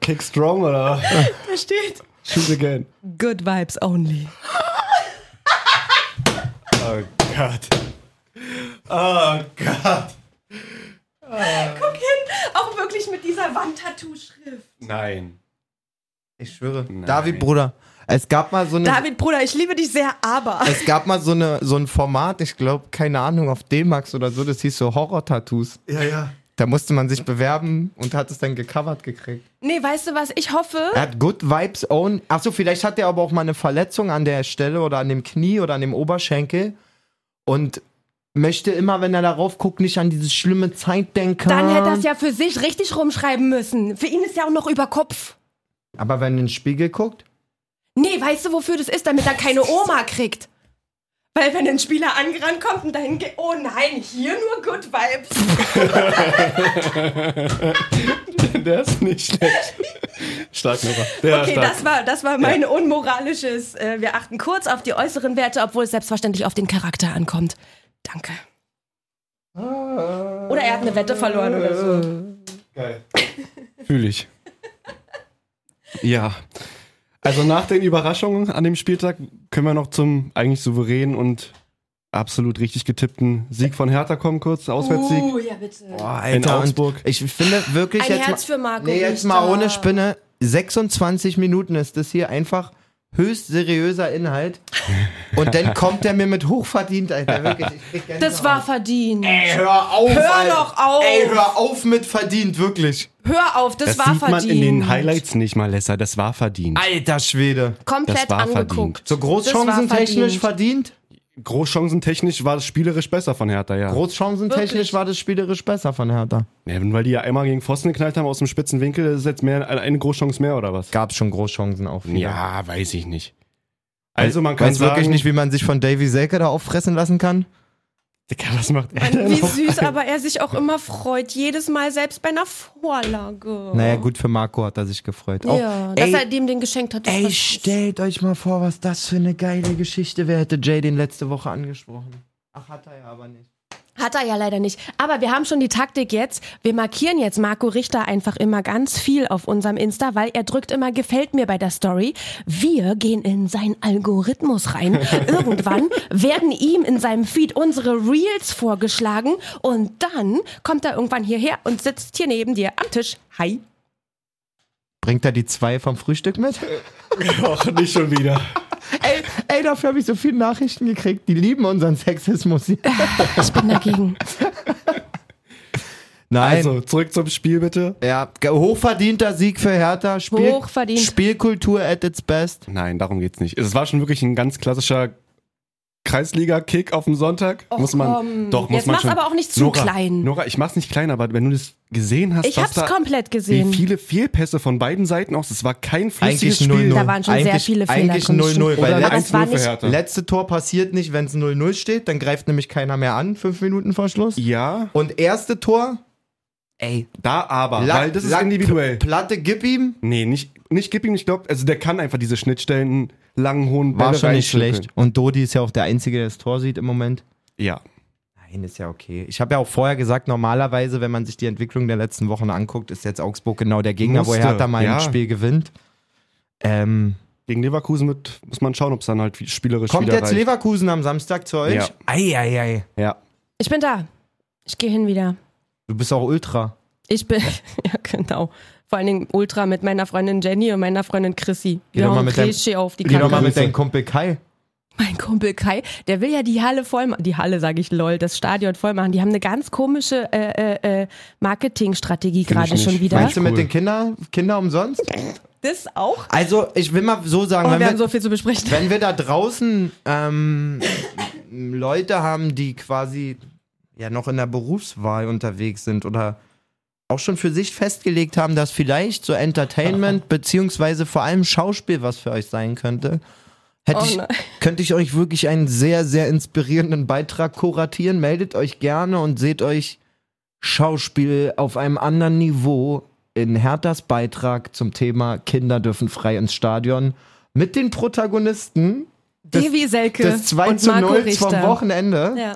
Kick strong oder Da steht shoot again. Good Vibes Only. Oh Gott. Oh Gott. Guck hin, auch wirklich mit dieser Wandtattoo-Schrift. Nein. Ich schwöre. Nein. David, Bruder, es gab mal so eine. David, Bruder, ich liebe dich sehr, aber. Es gab mal so, eine, so ein Format, ich glaube, keine Ahnung, auf D-Max oder so, das hieß so Horror-Tattoos. Ja, ja. Da musste man sich bewerben und hat es dann gecovert gekriegt. Nee, weißt du was? Ich hoffe. Er hat Good Vibes Own. Achso, vielleicht hat er aber auch mal eine Verletzung an der Stelle oder an dem Knie oder an dem Oberschenkel und möchte immer, wenn er darauf guckt, nicht an diese schlimme Zeit denken. Dann hätte er es ja für sich richtig rumschreiben müssen. Für ihn ist ja auch noch über Kopf. Aber wenn er in den Spiegel guckt, Nee, weißt du, wofür das ist? Damit er keine Oma kriegt. Weil wenn ein Spieler angerannt kommt und dahin geht, oh nein, hier nur Good Vibes. Der ist nicht schlecht. Stark, Nora. Der Okay, stark. das war, das war mein unmoralisches. Äh, wir achten kurz auf die äußeren Werte, obwohl es selbstverständlich auf den Charakter ankommt. Danke. Oder er hat eine Wette verloren oder so. Geil. Fühl ich. Ja. Also nach den Überraschungen an dem Spieltag können wir noch zum eigentlich souveränen und absolut richtig getippten Sieg von Hertha kommen, kurz, Auswärtssieg. Uh, ja bitte. boah, In Alter, und Augsburg. ich finde wirklich Ein jetzt Herz mal, für Marco Nee, jetzt Richter. mal ohne Spinne. 26 Minuten ist das hier einfach höchst seriöser Inhalt. Und dann kommt der mir mit hochverdient, Alter. Wirklich, ich krieg Gänsehaut. Das war verdient. Ey, hör auf, Hör Alter. doch auf. Ey, hör auf mit verdient, wirklich. Hör auf, das, Das war sieht man verdient. in den Highlights nicht mal, Lesser. Das war verdient. Alter Schwede. Komplett Das war angeguckt. So großchancentechnisch verdient. Großchancentechnisch war es spielerisch besser von Hertha, ja. Großchancentechnisch Wirklich? war das spielerisch besser von Hertha. ja weil die ja einmal gegen Pfosten geknallt haben aus dem spitzen Winkel, das ist jetzt mehr eine Großchance mehr oder was? Gab schon Großchancen auch wieder. Ja, weiß ich nicht. Also man kann Weiß sagen, wirklich nicht, wie man sich von Davy Selke da auffressen lassen kann? Digga, was macht er denn Wie noch? süß, aber er sich auch immer freut. Jedes Mal selbst bei einer Vorlage. Naja, gut, für Marco hat er sich gefreut. Oh. Ja, Auch- dass ey, er dem den geschenkt hat. das war Ey, süß. stellt euch mal vor, was das für eine geile Geschichte wäre. Hätte Jay den letzte Woche angesprochen. Ach, hat er ja aber nicht. Hat er ja leider nicht. Aber wir haben schon die Taktik jetzt. Wir markieren jetzt Marco Richter einfach immer ganz viel auf unserem Insta, weil er drückt immer gefällt mir bei der Story. Wir gehen in seinen Algorithmus rein. Irgendwann werden ihm in seinem Feed unsere Reels vorgeschlagen und dann kommt er irgendwann hierher und sitzt hier neben dir am Tisch. Hi. Bringt er die zwei vom Frühstück mit? Och, nicht schon wieder. ey, ey, dafür habe ich so viele Nachrichten gekriegt. Die lieben unseren Sexismus. hier. Ich bin dagegen. Nein. Also, zurück zum Spiel bitte. ja, ge- hochverdienter Sieg für Hertha. Spiel, Hochverdient. Spielkultur at its best. Nein, darum geht's nicht. Es war schon wirklich ein ganz klassischer Kreisliga-Kick auf dem Sonntag. muss man, komm. Doch, muss Jetzt man mach's schon. aber auch nicht zu Nora, klein. Nora, ich mach's nicht klein, aber wenn du das gesehen hast, Ich was hab's da, komplett wie gesehen. viele Fehlpässe von beiden Seiten aus. Es war kein flüssiges Eigentlich Spiel. 0-0. Da waren schon sehr Eigentlich- viele Fehler Eigentlich drin, 0-0. stimmt. Weil Oder ein Aber letzt, es war 1-0 für nicht- Hertha. letzte Tor passiert nicht, wenn es 0-0 steht. Dann greift nämlich keiner mehr an. Fünf Minuten vor Schluss. Ja, Und erste Tor. Ey, da aber, Lack- weil das ist Lack- individuell. Platte, gib ihm. Nee, nicht, nicht gib ihm, ich glaube, also der kann einfach diese Schnittstellen, langen, hohen War Bälle schon nicht reinschütteln. schlecht. Und Dodi ist ja auch der Einzige, der das Tor sieht im Moment. Ja. Nein, ist ja okay. Ich habe ja auch vorher gesagt, normalerweise, wenn man sich die Entwicklung der letzten Wochen anguckt, ist jetzt Augsburg genau der Gegner, wo Musste, Hertha mal ja. ein Spiel gewinnt. Ähm, Gegen Leverkusen wird, muss man schauen, ob es dann halt wie- spielerisch kommt wieder jetzt reicht. Leverkusen am Samstag zu euch? Ja. Eieiei. Ja. Ich bin da. Ich gehe hin wieder. Du bist auch Ultra. Ich bin, ja genau. Vor allen Dingen Ultra mit meiner Freundin Jenny und meiner Freundin Chrissy. Geh Wir doch mal hauen mit deinem- Krischi auf die Geh doch mal Kacke. mit deinem Kumpel Kai. Mein Kumpel Kai, der will ja die Halle voll machen. Die Halle, sage ich lol, das Stadion voll machen. Die haben eine ganz komische äh, äh, äh, Marketingstrategie Find ich gerade schon nicht. wieder. Meinst du mit Cool. den Kindern? Kinder umsonst? Das auch? Also, ich will mal so sagen, Oh, wir wenn, wir, haben so viel zu besprechen. wenn wir da draußen ähm, Leute haben, die quasi ja noch in der Berufswahl unterwegs sind oder auch schon für sich festgelegt haben, dass vielleicht so Entertainment beziehungsweise vor allem Schauspiel was für euch sein könnte, hätte Oh ich, nein. könnte ich euch wirklich einen sehr, sehr inspirierenden Beitrag kuratieren. Meldet euch gerne und seht euch Schauspiel auf einem anderen Niveau in Herthas Beitrag zum Thema Kinder dürfen frei ins Stadion mit den Protagonisten Davy Selke des 2 und zu Marco 0 vom Richter. Wochenende. Ja.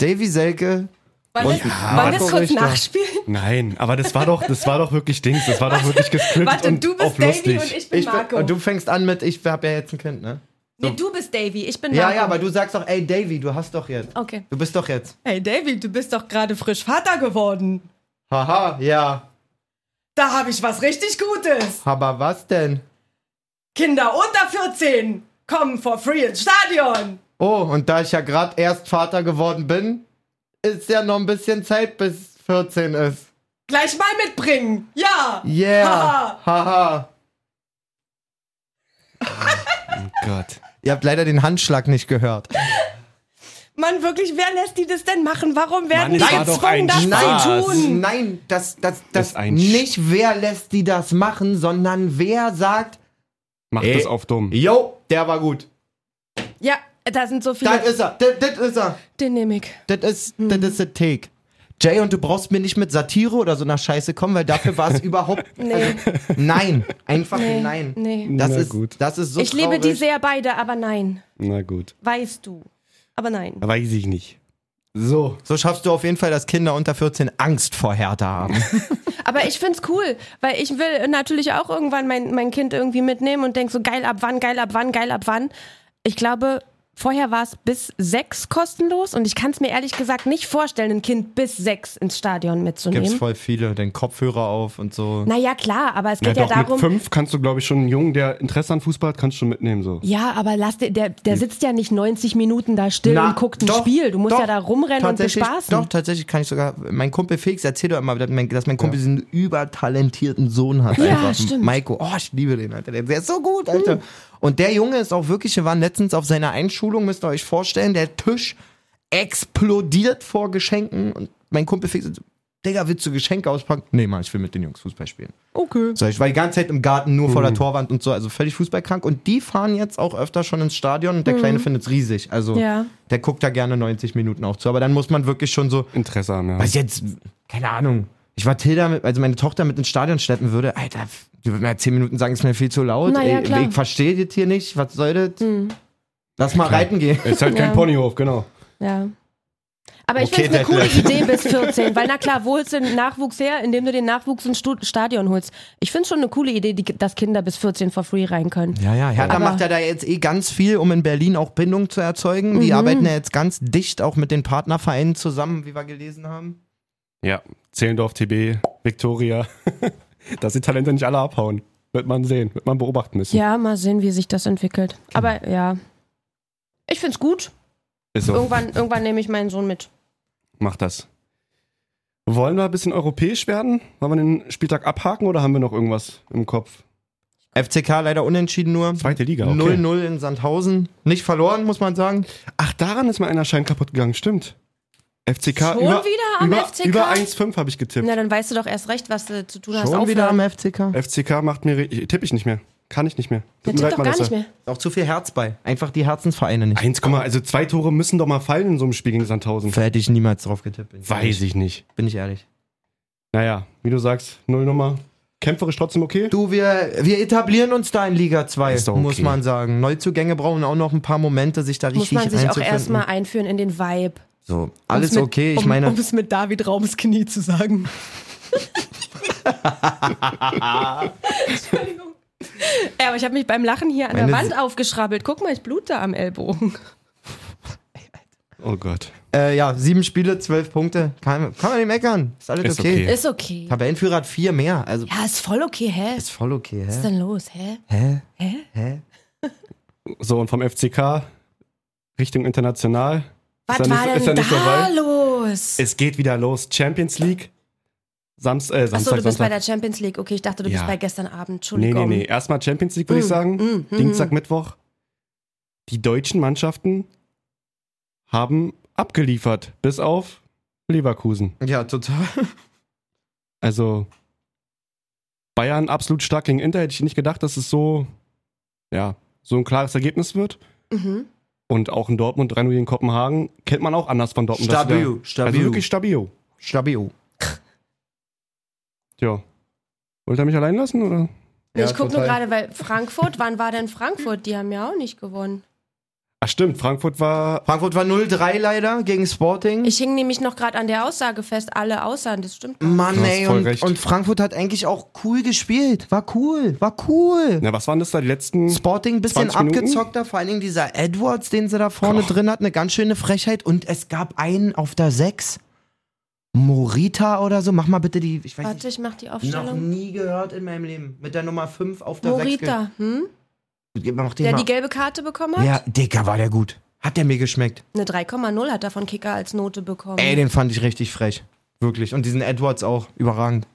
Davy Selke Wollen wir Ja. wollen wir es kurz Ah, Richter. nachspielen? Nein, aber das war doch, das war doch wirklich Dings, das war doch wirklich gescriptet Warte, und du auf bist Davy lustig. und ich bin Ich, Marco. und du fängst an mit, ich hab ja jetzt ein Kind, ne? nee, du bist Davy, ich bin Ja, Marco. ja, aber du sagst doch, ey Davy, du hast doch jetzt. Okay. Du bist doch jetzt. Hey Davy, du bist doch gerade frisch Vater geworden. Haha, ja. Da habe ich was richtig Gutes. Aber was denn? Kinder unter 14 kommen for free ins Stadion. Oh, und da ich ja gerade erst Vater geworden bin, ist ja noch ein bisschen Zeit, bis 14 ist. Gleich mal mitbringen. Ja. Yeah. Haha. Oh Gott. Ihr habt leider den Handschlag nicht gehört. Mann, wirklich, wer lässt die das denn machen? Warum Mann, werden es die war doch gezwungen, ein das Spaß. zu tun? Nein, das, das, Ist ein nicht wer lässt die das machen, sondern wer sagt, Macht Ey. das auf dumm. jo, der war gut. Ja, da sind so Das viele. ist er, das, das ist er. Den nehm ich. Das ist, Hm. das ist der Take. Jay, und du brauchst mir nicht mit Satire oder so einer Scheiße kommen, weil dafür war es überhaupt also, Nee, nein. Einfach nee, nein. nee. Das, Na ist, gut. das ist so Ich liebe traurig. die sehr beide, aber nein. Na gut. Weißt du. Aber nein. Weiß ich nicht. So. So schaffst du auf jeden Fall, dass Kinder unter 14 Angst vor Härte haben. Aber ich find's cool, weil ich will natürlich auch irgendwann mein, mein Kind irgendwie mitnehmen und denk so, geil ab wann, geil ab wann, geil ab wann. Ich glaube, vorher war's bis sechs kostenlos und ich kann's mir ehrlich gesagt nicht vorstellen, ein Kind bis sechs ins Stadion Gibt's mitzunehmen. voll viele, den Kopfhörer auf und so. Naja, klar, aber es geht ja, doch, mit darum. fünf kannst du, glaube ich, schon einen Jungen, der Interesse an Fußball hat, kannst du schon mitnehmen. So. Ja, aber lass den, der, der sitzt ja nicht 90 Minuten da still und guckt ein Spiel. Du musst Hm. doch, ja da rumrennen und tatsächlich- bespaßen. Doch, tatsächlich kann ich sogar. Mein Kumpel Felix erzählt doch immer, dass mein, dass mein Kumpel diesen übertalentierten Sohn hat. Ja, einfach. stimmt. Hm. Maiko. Oh, ich liebe den, Alter. Der, der ist so gut, Alter. Und der Junge ist auch wirklich, wir waren letztens auf seiner Einschulung, müsst ihr euch vorstellen, der Tisch explodiert vor Geschenken. Und mein Kumpel Felix, so, Digga, willst du Geschenke auspacken? Nee, Mann, ich will mit den Jungs Fußball spielen. Okay. So, ich war die ganze Zeit im Garten nur vor der Torwand und so, also völlig fußballkrank. Und die fahren jetzt auch öfter schon ins Stadion und der Kleine findet's riesig. Also Hm. Ja. der guckt da gerne 90 Minuten auch zu. Aber dann muss man wirklich schon so, Interesse haben, ja. was jetzt, keine Ahnung. Ich war Tilda, mit, also meine Tochter mit ins Stadion schleppen würde, Alter, die würde mir halt 10 Minuten sagen, ist mir viel zu laut. Na ja, Ey, klar. Hm. ich verstehe das hier nicht, was soll das? Lass mal reiten gehen. Ist halt kein Ja. Ponyhof, genau. Ja. Aber ich Okay, finde es eine coole Detlef. Idee bis 14, weil na klar, wo holst du den Nachwuchs her, indem du den Nachwuchs ins Stu- Stadion holst? Ich finde schon eine coole Idee, die, dass Kinder bis 14 for free rein können. Ja, ja, Hertha Aber- macht ja da jetzt eh ganz viel, um in Berlin auch Bindung zu erzeugen. Mhm. Die arbeiten ja jetzt ganz dicht auch mit den Partnervereinen zusammen, wie wir gelesen haben. Ja. Zehlendorf, TB, Victoria. Dass die Talente nicht alle abhauen. Wird man sehen, wird man beobachten müssen. Ja, mal sehen, wie sich das entwickelt. Aber ja. Ich find's gut. Ist so. Irgendwann, irgendwann nehme ich meinen Sohn mit. Mach das. Wollen wir ein bisschen europäisch werden? Wollen wir den Spieltag abhaken oder haben wir noch irgendwas im Kopf? FCK leider unentschieden nur. Zweite Liga, okay. 0-0 in Sandhausen. Nicht verloren, muss man sagen. Ach, daran ist mal einer Schein kaputt gegangen, stimmt. FCK Schon über, wieder am über, FCK? über 1,5 habe ich getippt. Na, dann weißt du doch erst recht, was du zu tun hast. Schon wieder am Aufhören. FCK. FCK macht mir, re- tippe ich nicht mehr. Kann ich nicht mehr. Der tippt doch gar nicht mehr. Auch zu viel Herz bei. Einfach die Herzensvereine nicht. 1, also zwei Tore müssen doch mal fallen in so einem Spiel gegen Sandhausen. Hätte ich niemals drauf getippt. Bin ich Weiß ehrlich. ich nicht. Bin ich ehrlich. Naja, wie du sagst, null Nummer. Kämpferisch trotzdem okay? Du, wir, wir etablieren uns da in Liga 2, Ist doch okay. muss man sagen. Neuzugänge brauchen auch noch ein paar Momente, sich da Muss richtig man sich auch einzufinden. erstmal einführen in den Vibe. so, alles Um's mit- okay. Ich um, meine, Um es mit David Raums Knie zu sagen. Entschuldigung. Ja, aber ich habe mich beim Lachen hier an der Meine Wand Se- aufgeschrabbelt. Guck mal, ich blute am Ellbogen. Oh Gott. äh, ja, sieben Spiele, zwölf Punkte. Kann, kann man nicht meckern. Ist alles Ist okay. okay. Ist okay. Tabellenführer hat vier mehr. Also, Ja, ist voll okay, hä? Was ist voll okay. ist Hä? denn los, hä? Hä? Hä? Hä? So, und vom FCK Richtung international. Was er war nicht- denn ist er da nicht vorbei? los? Es geht wieder los. Champions League. Samst, äh, Samstag, Achso, du bist bei Sonntag. der Champions League. Okay, ich dachte, du Ja. bist bei gestern Abend. nee, nee, Entschuldigung. nee. Erstmal Champions League, würde ich sagen. Mm, mm, Dienstag, Mittwoch. Die deutschen Mannschaften haben abgeliefert. Bis auf Leverkusen. Ja, total. Also Bayern absolut stark gegen Inter. Hätte ich nicht gedacht, dass es so, ja, so ein klares Ergebnis wird. Mhm. Und auch in Dortmund 3-0 gegen Kopenhagen kennt man auch anders von Dortmund. dass sie da- Stabil, stabil. Also wirklich stabil. Stabil. Tja. Wollt ihr mich allein lassen, oder? ich gucke nur gerade, weil Frankfurt, wann war denn Frankfurt? Die haben ja auch nicht gewonnen. Ach stimmt, Frankfurt war. Frankfurt war 0-3 leider gegen Sporting. Ich hing nämlich noch gerade an der Aussage fest, alle Aussagen, das stimmt. gar nicht. Mann, Du hast ey, voll und, recht. und Frankfurt hat eigentlich auch cool gespielt. War cool, war cool. Na, was waren das da die letzten? Sporting ein bisschen 20 Minuten? abgezockter, vor allen Dingen dieser Edwards, den sie da vorne drin hat, eine ganz schöne Frechheit. Und es gab einen auf der 6, Morita oder so. Mach mal bitte die, ich weiß Warte, ich mach die nicht, noch Aufstellung. nie gehört in meinem Leben. Mit der Nummer 5 auf der 6. Morita, hm? Mach den der mal. die gelbe Karte bekommen hat? ja, Digga, war der gut. Hat der mir geschmeckt. Eine 3,0 hat er von Kicker als Note bekommen. Ey, den fand ich richtig frech. Wirklich. Und diesen Edwards auch überragend.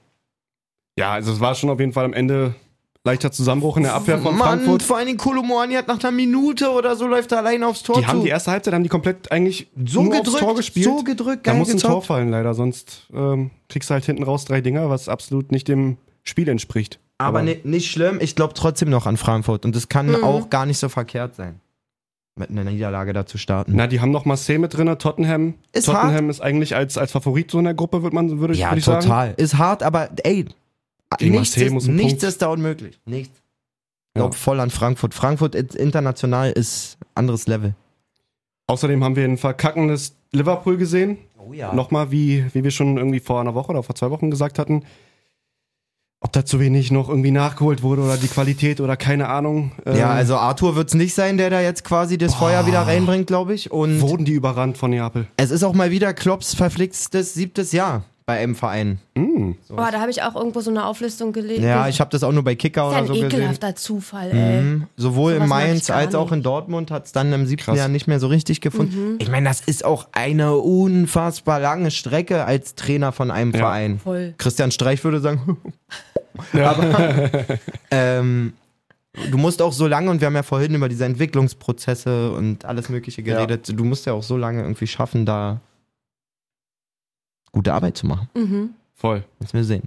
Ja, also es war schon auf jeden Fall am Ende leichter Zusammenbruch in der Abwehr von Frankfurt. vor allen Dingen Kolomoani hat nach einer Minute oder so läuft er allein aufs Tor Die haben die erste Halbzeit haben die komplett eigentlich so nur gedrückt, aufs Tor gespielt. so gedrückt, da geil muss ein Tor gezockt. fallen leider, sonst ähm, kriegst du halt hinten raus drei Dinger, was absolut nicht dem Spiel entspricht. Aber ne- ni- nicht schlimm, ich glaube trotzdem noch an Frankfurt. Und das kann Mhm. auch gar nicht so verkehrt sein. Mit einer Niederlage da zu starten. Na, die haben noch Marseille mit drin, Tottenham. Ist Tottenham ist eigentlich ja. ist eigentlich als, als Favorit so in der Gruppe, würde man würde, ja, würd ich total. sagen. Ist hart, aber ey, Gegen nichts, Marseille ist, muss ein nichts Punkt. ist da unmöglich. Nichts. Ich Ja. glaube voll an Frankfurt. Frankfurt in- international ist anderes Level. Außerdem haben wir ein verkackendes Liverpool gesehen. Oh ja. Nochmal, wie, wie wir schon irgendwie vor einer Woche oder vor zwei Wochen gesagt hatten. Ob da zu wenig noch irgendwie nachgeholt wurde oder die Qualität oder keine Ahnung. äh, Ja, also Arthur wird es nicht sein, der da jetzt quasi das Feuer wieder reinbringt, glaube ich. Und Wurden die überrannt von Neapel? es ist auch mal wieder Klopps verflixtes siebtes Jahr bei einem Verein. Hm. Boah, da habe ich auch irgendwo so eine Auflistung gelesen. Ja, ich habe das auch nur bei Kicker das ist oder ein so gesehen. ekelhafter Zufall, ey. Mhm. Sowohl in Sowas mag ich Mainz gar als auch nicht. Mhm. in Dortmund hat es dann im siebten Krass. Jahr nicht mehr so richtig gefunden. Ich meine, das ist auch eine unfassbar lange Strecke als Trainer von einem Ja. Verein. Voll. Christian Streich würde sagen, aber ähm, du musst auch so lange, und wir haben ja vorhin über diese Entwicklungsprozesse und alles Mögliche geredet, du musst ja auch so lange irgendwie schaffen, da gute Arbeit zu machen. Mhm. Voll. Müssen wir sehen.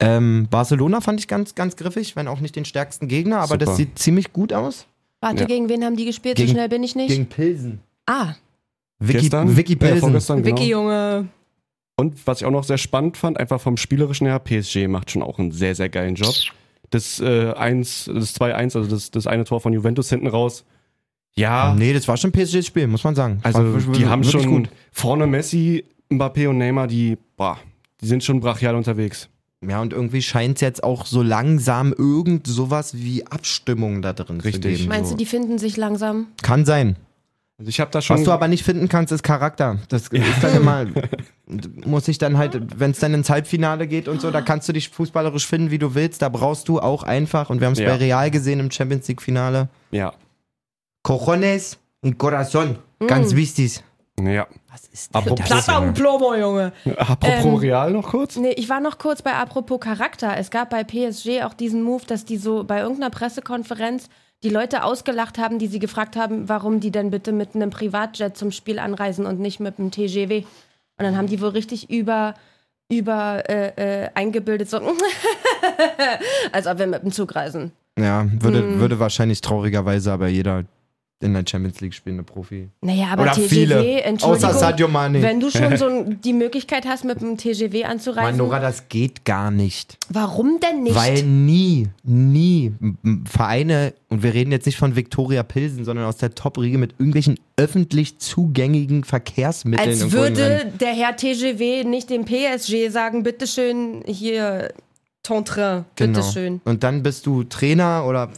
Ähm, Barcelona fand ich ganz, ganz griffig, wenn auch nicht den stärksten Gegner, aber das Super. sieht ziemlich gut aus. Warte, Ja. gegen wen haben die gespielt? Gegen- so schnell bin ich nicht. Gegen Pilsen. ah, Vicky, Gestern? Vicky Äh, Pilsen. vorgestern, genau. Vicky, Junge. Und was ich auch noch sehr spannend fand, einfach vom spielerischen her, PSG macht schon auch einen sehr, sehr geilen Job. Das, äh, eins, das 2-1, also das, das eine Tor von Juventus hinten raus. Ja, nee, das war schon PSGs Spiel, muss man sagen. Das also war wirklich- die haben wirklich schon gut. vorne Messi, Mbappé und Neymar, die, boah, die sind schon brachial unterwegs. Ja, und irgendwie scheint es jetzt auch so langsam irgend sowas wie Abstimmung da drin zu Richtig. geben. Meinst so. du, die finden sich langsam? Kann sein. Also ich habe da schon. Was du aber nicht finden kannst, ist Charakter. Das ist dann immer, muss ich dann halt, wenn es dann ins Halbfinale geht und so, da kannst du dich fußballerisch finden, wie du willst. Da brauchst du auch einfach, und wir haben es Ja. bei Real gesehen im Champions League-Finale, ja, Cojones und Corazon. Mm. Ganz wichtig. ja. Was ist Apropos, Platter und Plomo, Junge. apropos Ähm, Real noch kurz. Nee, ich war noch kurz bei apropos Charakter. Es gab bei PSG auch diesen Move, dass die so bei irgendeiner Pressekonferenz die Leute ausgelacht haben, die sie gefragt haben, warum die denn bitte mit einem Privatjet zum Spiel anreisen und nicht mit einem TGW. Und dann haben die wohl richtig über über äh, äh, eingebildet so als ob wir mit dem Zug reisen. Ja, würde, Mm. würde wahrscheinlich traurigerweise aber jeder in der Champions League spielende Profi. Naja, aber Oder TGW, viele. Außer Entschuldigung, Sadio Mane. wenn du schon so ein- die Möglichkeit hast, mit dem TGW Mann, anzureisen, Nora, das geht gar nicht. warum denn nicht? Weil nie, nie m- m- Vereine, und wir reden jetzt nicht von Viktoria Pilsen, sondern aus der Top-Riege mit irgendwelchen öffentlich zugänglichen Verkehrsmitteln. Als irgendwo hinrennen. würde der Herr TGW nicht dem PSG sagen, bitteschön, hier, ton train, Genau. bitteschön. Genau. Und dann bist du Trainer oder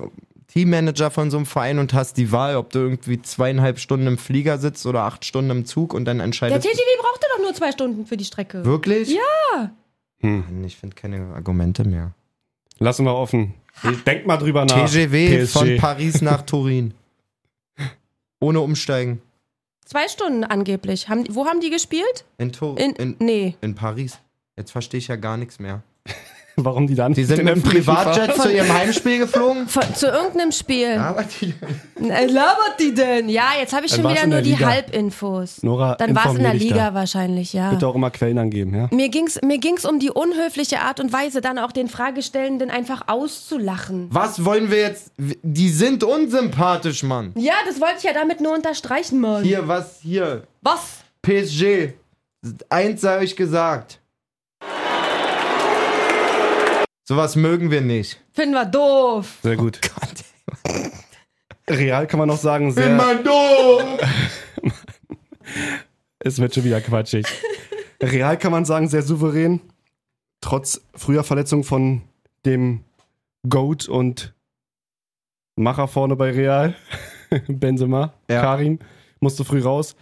Teammanager von so einem Verein und hast die Wahl, ob du irgendwie zweieinhalb Stunden im Flieger sitzt oder acht Stunden im Zug und dann Der entscheidest TGW brauchte doch nur zwei Stunden für die Strecke. Wirklich? Ja. Hm. Mann, ich finde keine Argumente mehr. Lassen wir offen. Denkt mal drüber Ah, nach. TGW von PSG. Paris nach Turin. Ohne Umsteigen. Zwei Stunden angeblich. Haben, wo haben die gespielt? In, Tur In, in, nee. in Paris. Jetzt verstehe ich ja gar nichts mehr. Warum die dann? Die sind mit einem Privatjet zu ihrem Heimspiel geflogen? Von, zu irgendeinem Spiel. Aber die, Äh, Labert die denn? Ja, jetzt habe ich Ah. Dann schon war's wieder in nur der die Liga. Halbinfos. Nora, Dann war es in informier der dich da. Liga wahrscheinlich, ja. Bitte auch immer Quellen angeben, ja? Mir ging's, mir ging's um die unhöfliche Art und Weise, dann auch den Fragestellenden einfach auszulachen. was wollen wir jetzt? Die sind unsympathisch, Mann. Ja, das wollte ich ja damit nur unterstreichen, Mann. Hier, was hier? Was? PSG. Eins sei euch gesagt. Sowas mögen wir nicht. Finden wir doof. Oh Sehr gut. Gott. Real kann man noch sagen, sehr Mando! Es wird schon wieder quatschig. Real kann man sagen, sehr souverän. Trotz früher Verletzung von dem Goat und Macher vorne bei Real, Benzema, Ja. Karim, musste früh raus.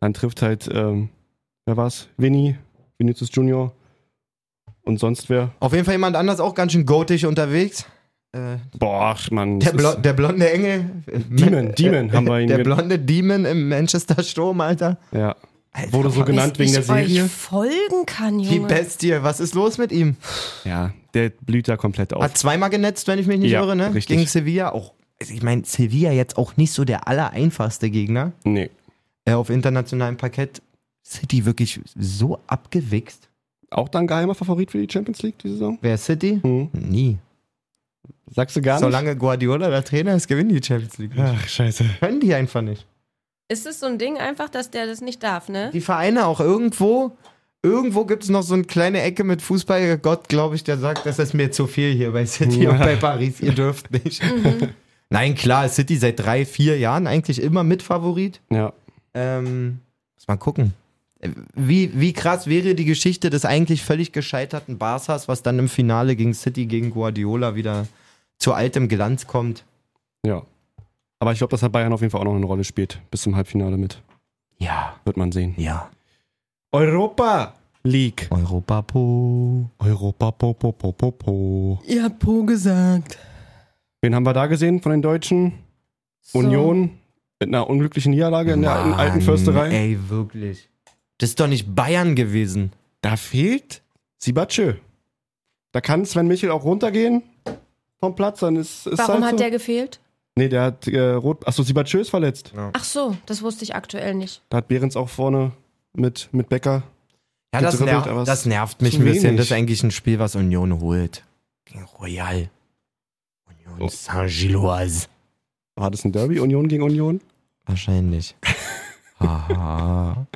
Dann trifft halt, ähm, wer war's? Vinny, Vinicius Junior und sonst wer. Auf jeden Fall jemand anders auch ganz schön gotig unterwegs. Äh, Boah, Mann. der, das ist- Blo der blonde Engel. äh, Demon, Ma- Demon haben wir ihn Der gen- blonde Demon im Manchester Strom, Alter. Ja, wurde so genannt wegen ich der Serie. euch folgen kann, Die Junge. Bestie, was ist los mit ihm? Ja, der blüht da komplett auf. Hat zweimal genetzt, wenn ich mich nicht Ja, irre, ne? richtig. Gegen Sevilla auch. Also ich meine, Sevilla jetzt auch nicht so der allereinfachste Gegner. Nee. Äh, auf internationalem Parkett City wirklich so abgewichst. Auch dann geheimer Favorit für die Champions League diese Saison? Wer ist City? Hm. Nie. Sagst du gar nicht? Solange Guardiola der Trainer ist, gewinnen die Champions League. nicht. Ach, scheiße. Können die einfach nicht. Ist es so ein Ding einfach, dass der das nicht darf, ne? Die Vereine auch irgendwo. Irgendwo gibt es noch so eine kleine Ecke mit Fußballgott, glaube ich, der sagt, das ist mir zu viel hier bei City und bei Paris. Ihr dürft nicht. Nein, klar, ist City seit drei, vier Jahren eigentlich immer Mitfavorit. Ja. Ähm, muss mal gucken. Äh, Wie, wie krass wäre die Geschichte des eigentlich völlig gescheiterten Barças, was dann im Finale gegen City, gegen Guardiola wieder zu altem Glanz kommt? Ja. Aber ich glaube, dass halt Bayern auf jeden Fall auch noch eine Rolle spielt. Bis zum Halbfinale mit. Ja, Wird man sehen. ja. Europa League. Europa Po. Europa po, po, po, po, po. Ihr habt Po gesagt. Wen haben wir da gesehen von den Deutschen? Union mit einer unglücklichen Niederlage in der alten, alten Försterei. Ey, wirklich. Das ist doch nicht Bayern gewesen. Da fehlt Sibatsche. Da kann Sven Michel auch runtergehen vom Platz, dann ist es Warum halt hat so. der gefehlt? Nee, der hat äh, rot. Achso, Sibatsche ist verletzt. Ach so, das wusste ich aktuell nicht. Da hat Behrens auch vorne mit, mit Becker. Ja, das, Gedribbelt, nervt- aber es das nervt mich zu ein bisschen. wenig. Das ist eigentlich ein Spiel, was Union holt. Gegen Royal. Union Oh. Saint-Gilloise. War das ein Derby? Union gegen Union? Wahrscheinlich. Haha.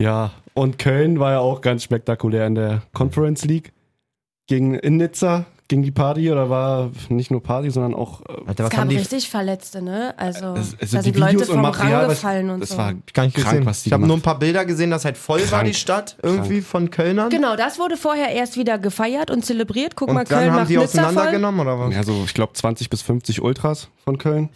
Ja, und Köln war ja auch ganz spektakulär in der Conference League gegen in Nizza, gegen die Party oder war nicht nur Party, sondern auch äh, Alter, Es was haben gab die richtig Verletzte, ne? Also, das- da sind Leute vom Rang was- gefallen und das so. war gar nicht krank, gesehen. was die ich habe nur ein gemacht paar Bilder gesehen, dass halt voll war Krank. die Stadt irgendwie von Kölnern. Genau, das wurde vorher erst wieder gefeiert und zelebriert. Guck Und mal, dann Köln haben macht die Nizza voll. auseinandergenommen oder was? haben. Ja, so, ich glaube 20 bis 50 Ultras von Köln.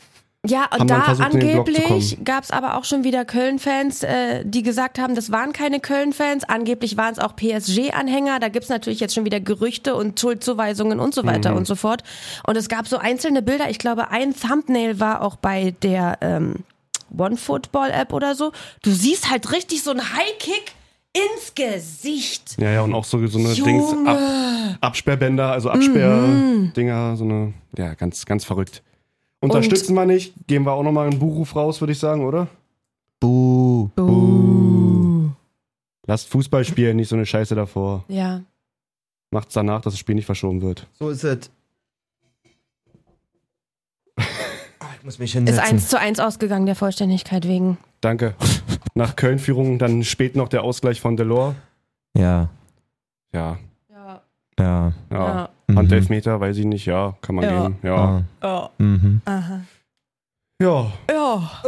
Ja, Haben und dann da versucht, in den Block zu angeblich kommen. gab es aber auch schon wieder Köln-Fans, äh, die gesagt haben, das waren keine Köln-Fans. Angeblich waren es auch PSG-Anhänger. Da gibt's natürlich jetzt schon wieder Gerüchte und Schuldzuweisungen und so Mhm. weiter und so fort. Und es gab so einzelne Bilder. Ich glaube, ein Thumbnail war auch bei der ähm, One-Football-App oder so. Du siehst halt richtig so einen High-Kick ins Gesicht. Ja, ja, und auch so, so eine Junge. Dings, Ab, Absperrbänder, also Mhm. Absperrdinger, so eine, ja, ganz, ganz verrückt. Unterstützen wir nicht, geben wir auch nochmal einen Buhruf raus, würde ich sagen, oder? Buh. Lasst Fußball spielen, nicht so eine Scheiße davor. Ja. Macht's danach, dass das Spiel nicht verschoben wird. So ist es. Ah, Ich muss mich Ist hinsetzen. eins zu eins ausgegangen, der Vollständigkeit wegen. Danke. Nach Köln-Führung, dann spät noch der Ausgleich von Delors. ja, Ja, Ja. ja. ja. Mhm. Hand Elfmeter, weiß ich nicht, ja, kann man Ja. geben. Ja. Ja. Mhm. Aha. Ja. Ja. Äh,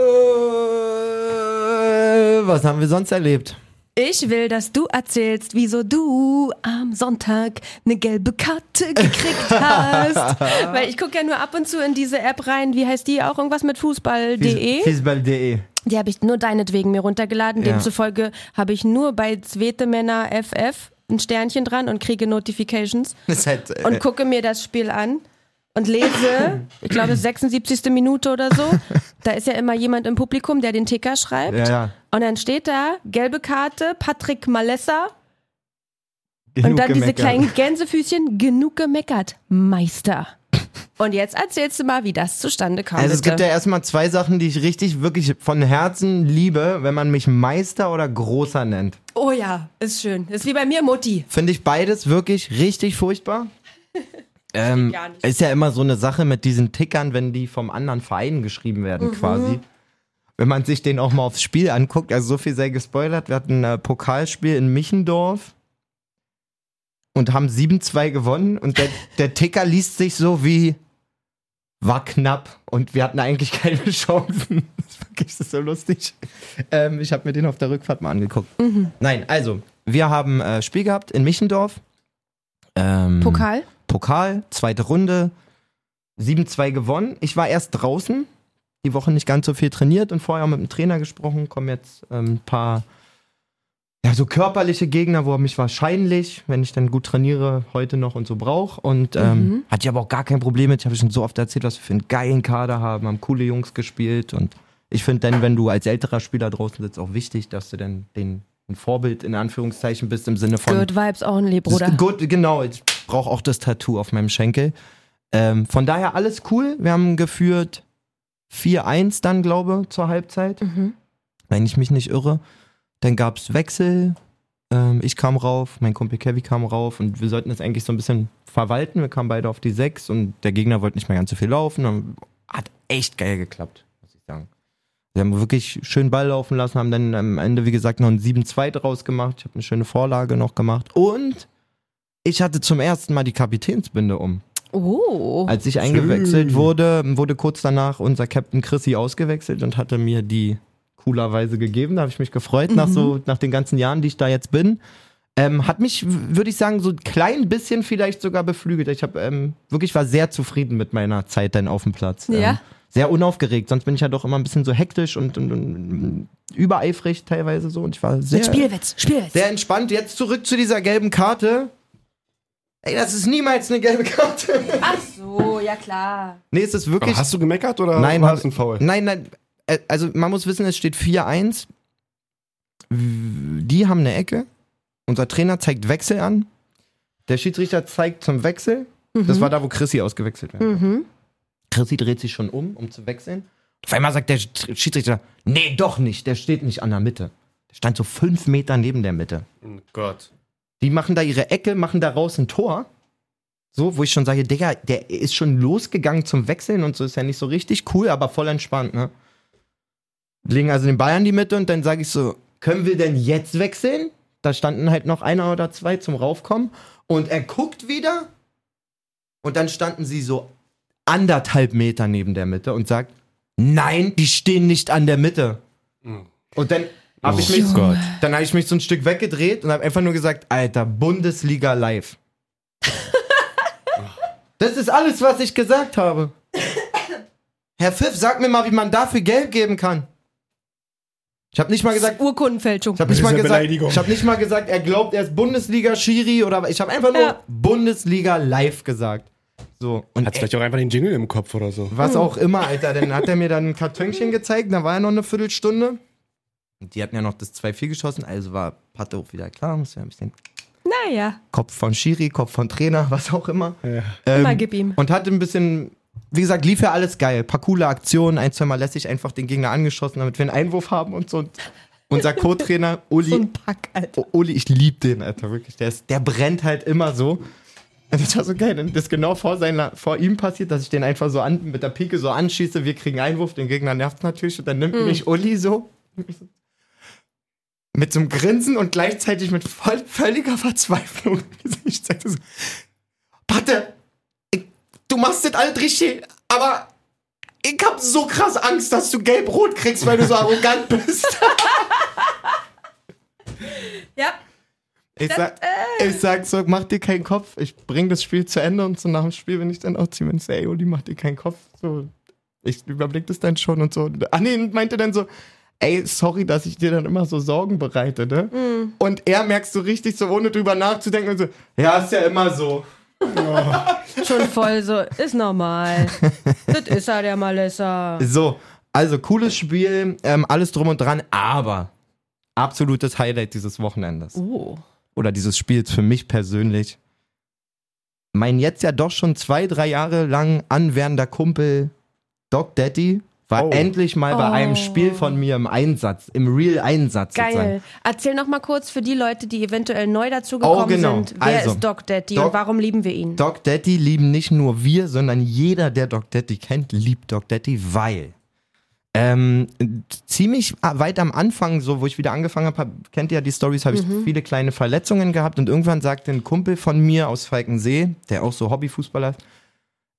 was haben wir sonst erlebt? Ich will, dass du erzählst, wieso du am Sonntag eine gelbe Karte gekriegt hast. Weil ich gucke ja nur ab und zu in diese App rein. Wie heißt die auch? Irgendwas mit Fußball.de? Fußball.de. Die habe ich nur deinetwegen mir runtergeladen. Ja. Demzufolge habe ich nur bei Zwetemänner FF ein Sternchen dran und kriege Notifications Das ist halt, äh, und gucke mir das Spiel an und lese, ich glaube 76. Minute oder so, da ist ja immer jemand im Publikum, der den Ticker schreibt. ja, ja. Und dann steht da, gelbe Karte, Patrick Malessa. Genug und dann diese gemeckert. kleinen Gänsefüßchen, genug gemeckert, Meister. Und jetzt erzählst du mal, wie das zustande kam. Also es bitte. gibt ja erstmal zwei Sachen, die ich richtig, wirklich von Herzen liebe, wenn man mich Meister oder Großer nennt. oh ja, ist schön. Ist wie bei mir Mutti. Finde ich beides wirklich richtig furchtbar. Ähm, gar nicht. ist ja immer so eine Sache mit diesen Tickern, wenn die vom anderen Verein geschrieben Mhm. werden, quasi. Wenn man sich den auch mal aufs Spiel anguckt, also so viel sei gespoilert, wir hatten ein äh, Pokalspiel in Michendorf und haben 7-2 gewonnen und der, der Ticker liest sich so wie war knapp und wir hatten eigentlich keine Chancen. Das ist wirklich so lustig. Ähm, ich habe mir den auf der Rückfahrt mal angeguckt. Mhm. Nein, also, wir haben äh, Spiel gehabt in Michendorf. Ähm, Pokal? Pokal, zweite Runde, 7-2 gewonnen. Ich war erst draußen, die Woche nicht ganz so viel trainiert und vorher auch mit dem Trainer gesprochen, kommen jetzt ähm, ein paar ja, so körperliche Gegner, wo er mich wahrscheinlich, wenn ich dann gut trainiere, heute noch und so brauche. Und ähm, hatte ich aber auch gar kein Problem mit. Ich habe schon so oft erzählt, was wir für einen geilen Kader haben, haben coole Jungs gespielt. Und ich finde dann, wenn du als älterer Spieler draußen sitzt, auch wichtig, dass du dann den, ein Vorbild in Anführungszeichen bist im Sinne von Good Vibes only, Bruder. das- Gut, genau. Ich brauche auch das Tattoo auf meinem Schenkel. Ähm, von daher alles cool. Wir haben geführt 4-1 dann, glaube zur Halbzeit. Wenn ich mich nicht irre. Dann gab es Wechsel. Ähm, ich kam rauf, mein Kumpel Kevin kam rauf und wir sollten das eigentlich so ein bisschen verwalten. Wir kamen beide auf die 6 und der Gegner wollte nicht mehr ganz so viel laufen. Und hat echt geil geklappt, muss ich sagen. Wir haben wirklich schön Ball laufen lassen, haben dann am Ende, wie gesagt, noch ein 7-2 draus gemacht. Ich habe eine schöne Vorlage noch gemacht. Und ich hatte zum ersten Mal die Kapitänsbinde um. Oh. Als ich eingewechselt wurde, wurde kurz danach unser Captain Chrissy ausgewechselt und hatte mir die coolerweise gegeben. Da habe ich mich gefreut nach so, nach den ganzen Jahren, die ich da jetzt bin. Ähm, hat mich, w- würde ich sagen, so ein klein bisschen vielleicht sogar beflügelt. Ich habe ähm, wirklich war sehr zufrieden mit meiner Zeit dann auf dem Platz. Ähm, Ja. Sehr unaufgeregt, sonst bin ich ja doch immer ein bisschen so hektisch und, und, und übereifrig teilweise so. Und ich war sehr, Spielwitz, Spielwitz. sehr entspannt. Jetzt zurück zu dieser gelben Karte. Ey, das ist niemals eine gelbe Karte. Ach so, ja klar. Nee, es ist wirklich. Aber hast du gemeckert oder nein, war hab- es ein Foul? Nein, nein. äh, Also man muss wissen, es steht 4-1. W- Die haben eine Ecke. Unser Trainer zeigt Wechsel an. Der Schiedsrichter zeigt zum Wechsel. Das war da, wo Chrissy ausgewechselt wird. Mhm. Chrissy dreht sich schon um, um zu wechseln. Auf einmal sagt der Sch- Schiedsrichter, nee, doch nicht, der steht nicht an der Mitte. Der stand so fünf Meter neben der Mitte. Oh Gott. Die machen da ihre Ecke, machen daraus ein Tor. So, wo ich schon sage, Digga, der ist schon losgegangen zum Wechseln und so ist ja nicht so richtig cool, aber voll entspannt, ne? Legen also den Ball in die Mitte und dann sage ich so, können wir denn jetzt wechseln? Da standen halt noch einer oder zwei zum Raufkommen und er guckt wieder und dann standen sie so anderthalb Meter neben der Mitte und sagt, nein, die stehen nicht an der Mitte. Und dann habe ich mich Oh Gott. dann habe ich mich so ein Stück weggedreht und habe einfach nur gesagt, Alter, Bundesliga live. das ist alles, was ich gesagt habe. Herr Pfiff, sag mir mal, wie man dafür Geld geben kann. Ich habe nicht mal gesagt, Urkundenfälschung. ich habe nicht, mal eine gesagt, Beleidigung. ich hab nicht mal gesagt, er glaubt, er ist Bundesliga-Schiri oder ich habe einfach nur Ja. Bundesliga live gesagt. So, und Hat vielleicht auch einfach den Jingle im Kopf oder so. was Hm. auch immer, Alter. Dann hat er mir dann ein Kartönchen gezeigt, da war ja noch eine Viertelstunde. Und die hatten ja noch das 2-4 geschossen, also war Patte auch wieder klar. Muss ja ein bisschen Naja, Kopf von Schiri, Kopf von Trainer, was auch immer. Ähm, mal gib ihm. Und hatte ein bisschen, wie gesagt, lief ja alles geil. Paar coole Aktionen, ein, zwei Mal lässig einfach den Gegner angeschossen, damit wir einen Einwurf haben und so. Und unser Co-Trainer, Uli, So ein Pack, Alter. O- Oh, Uli, ich lieb den, Alter, wirklich. Der, ist, der brennt halt immer so. Und das war so geil. Und das ist genau vor, seiner, vor ihm passiert, dass ich den einfach so an, mit der Pike so anschieße. Wir kriegen Einwurf, den Gegner nervt natürlich. Und dann nimmt mich Uli so. Mit so einem Grinsen und gleichzeitig mit voll, völliger Verzweiflung. Ich sagte so: Patte, ich, du machst das alles richtig, aber ich hab so krass Angst, dass du gelb-rot kriegst, weil du so arrogant bist. Ja. Ich, sag, ich sag so, mach dir keinen Kopf, ich bring das Spiel zu Ende und so nach dem Spiel bin ich dann auch ziemlich so, ey, Uli, mach dir keinen Kopf. So, ich überblick das dann schon und so. Ah nee, und meinte dann so, ey, sorry, dass ich dir dann immer so Sorgen bereite, ne? Und er merkst so richtig so, ohne drüber nachzudenken und so, ja, ist ja immer so. Schon voll so. Ist normal. das ist er, der Malessa. So, also cooles Spiel, ähm, alles drum und dran, aber absolutes Highlight dieses Wochenendes. Oh. oder dieses Spiels für mich persönlich. Mein jetzt ja doch schon zwei, drei Jahre lang anwährender Kumpel Doc Daddy war Oh. endlich mal bei Oh. einem Spiel von mir im Einsatz, im Real-Einsatz sozusagen. Geil. Erzähl noch mal kurz für die Leute, die eventuell neu dazugekommen Oh, genau. sind. Wer Also, ist Doc Daddy Doc- und warum lieben wir ihn? Doc Daddy lieben nicht nur wir, sondern jeder, der Doc Daddy kennt, liebt Doc Daddy, weil ähm, ziemlich weit am Anfang, so wo ich wieder angefangen habe, hab, kennt ihr ja die Stories, habe ich viele kleine Verletzungen gehabt und irgendwann sagte ein Kumpel von mir aus Falkensee, der auch so Hobbyfußballer ist,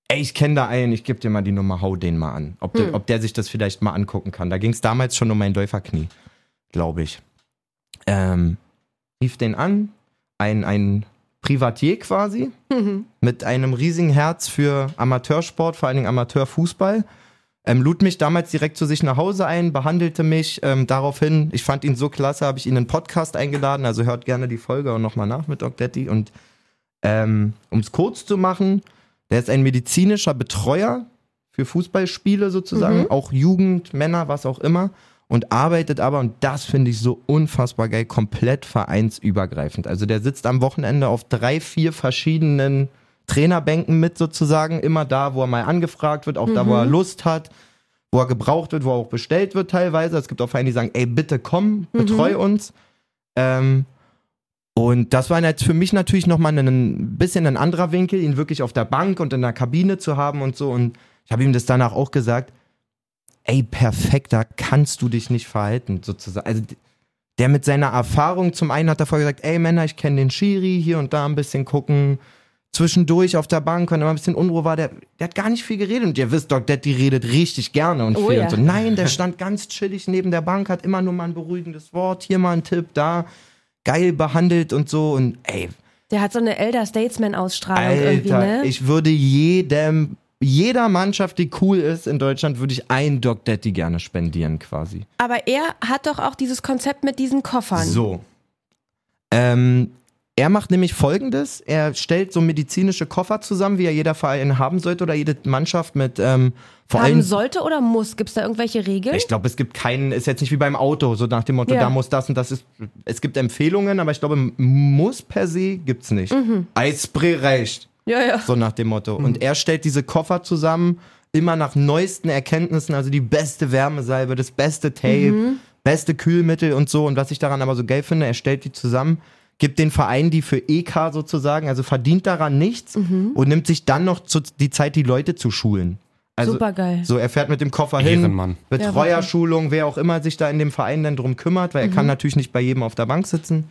Ey, ich kenne da einen, ich gebe dir mal die Nummer, hau den mal an. Ob, der, ob der sich das vielleicht mal angucken kann. Da ging es damals schon um mein Läuferknie, glaube ich. Ähm, rief den an, ein, ein Privatier quasi, mit einem riesigen Herz für Amateursport, vor allen Dingen Amateurfußball. Ähm, lud mich damals direkt zu sich nach Hause ein, behandelte mich ähm, daraufhin. Ich fand ihn so klasse, habe ich ihn in einen Podcast eingeladen. Also hört gerne die Folge auch nochmal nach mit Doc Daddy. Und ähm, um es kurz zu machen, der ist ein medizinischer Betreuer für Fußballspiele sozusagen, auch Jugend, Männer, was auch immer. Und arbeitet aber, und das finde ich so unfassbar geil, komplett vereinsübergreifend. Also der sitzt am Wochenende auf drei, vier verschiedenen Trainerbänken mit sozusagen, immer da, wo er mal angefragt wird, auch da, wo er Lust hat, wo er gebraucht wird, wo er auch bestellt wird teilweise. Es gibt auch Vereine, die sagen, ey, bitte komm, betreu uns. Ähm, und das war jetzt für mich natürlich nochmal ein bisschen ein anderer Winkel, ihn wirklich auf der Bank und in der Kabine zu haben und so. Und ich habe ihm das danach auch gesagt, ey, perfekter kannst du dich nicht verhalten, sozusagen. Also d- der mit seiner Erfahrung zum einen hat davor gesagt, ey Männer, ich kenne den Schiri, hier und da ein bisschen gucken. Zwischendurch auf der Bank, wenn immer ein bisschen Unruhe war, der, der hat gar nicht viel geredet. Und ihr wisst, Doc Daddy redet richtig gerne und Oh viel. ja. Und so. Nein, der stand ganz chillig neben der Bank, hat immer nur mal ein beruhigendes Wort, hier mal ein Tipp, da geil behandelt und so. Und ey, Der hat so eine Elder Statesman-Ausstrahlung irgendwie, Alter, ne? ich würde jedem, jeder Mannschaft, die cool ist in Deutschland, würde ich einen Doc Daddy gerne spendieren, quasi. Aber er hat doch auch dieses Konzept mit diesen Koffern. So. Ähm, er macht nämlich folgendes: Er stellt so medizinische Koffer zusammen, wie er jeder Verein haben sollte oder jede Mannschaft mit ähm, vor Haben allem. sollte oder muss? Gibt es da irgendwelche Regeln? Ich glaube, es gibt keinen, ist jetzt nicht wie beim Auto, so nach dem Motto, Ja. da muss das und das ist. Es gibt Empfehlungen, aber ich glaube, m- muss per se gibt's nicht. Mhm. Eisspray reicht. ja, ja. So nach dem Motto. Und er stellt diese Koffer zusammen, immer nach neuesten Erkenntnissen, also die beste Wärmesalbe, das beste Tape, beste Kühlmittel und so. Und was ich daran aber so geil finde, er stellt die zusammen, gibt den Verein die für EK sozusagen, also verdient daran nichts und nimmt sich dann noch zu, die Zeit, die Leute zu schulen. Also, Supergeil. So, er fährt mit dem Koffer hin, Ehrenmann. Betreuerschulung, wer auch immer sich da in dem Verein dann drum kümmert, weil er Mhm. kann natürlich nicht bei jedem auf der Bank sitzen.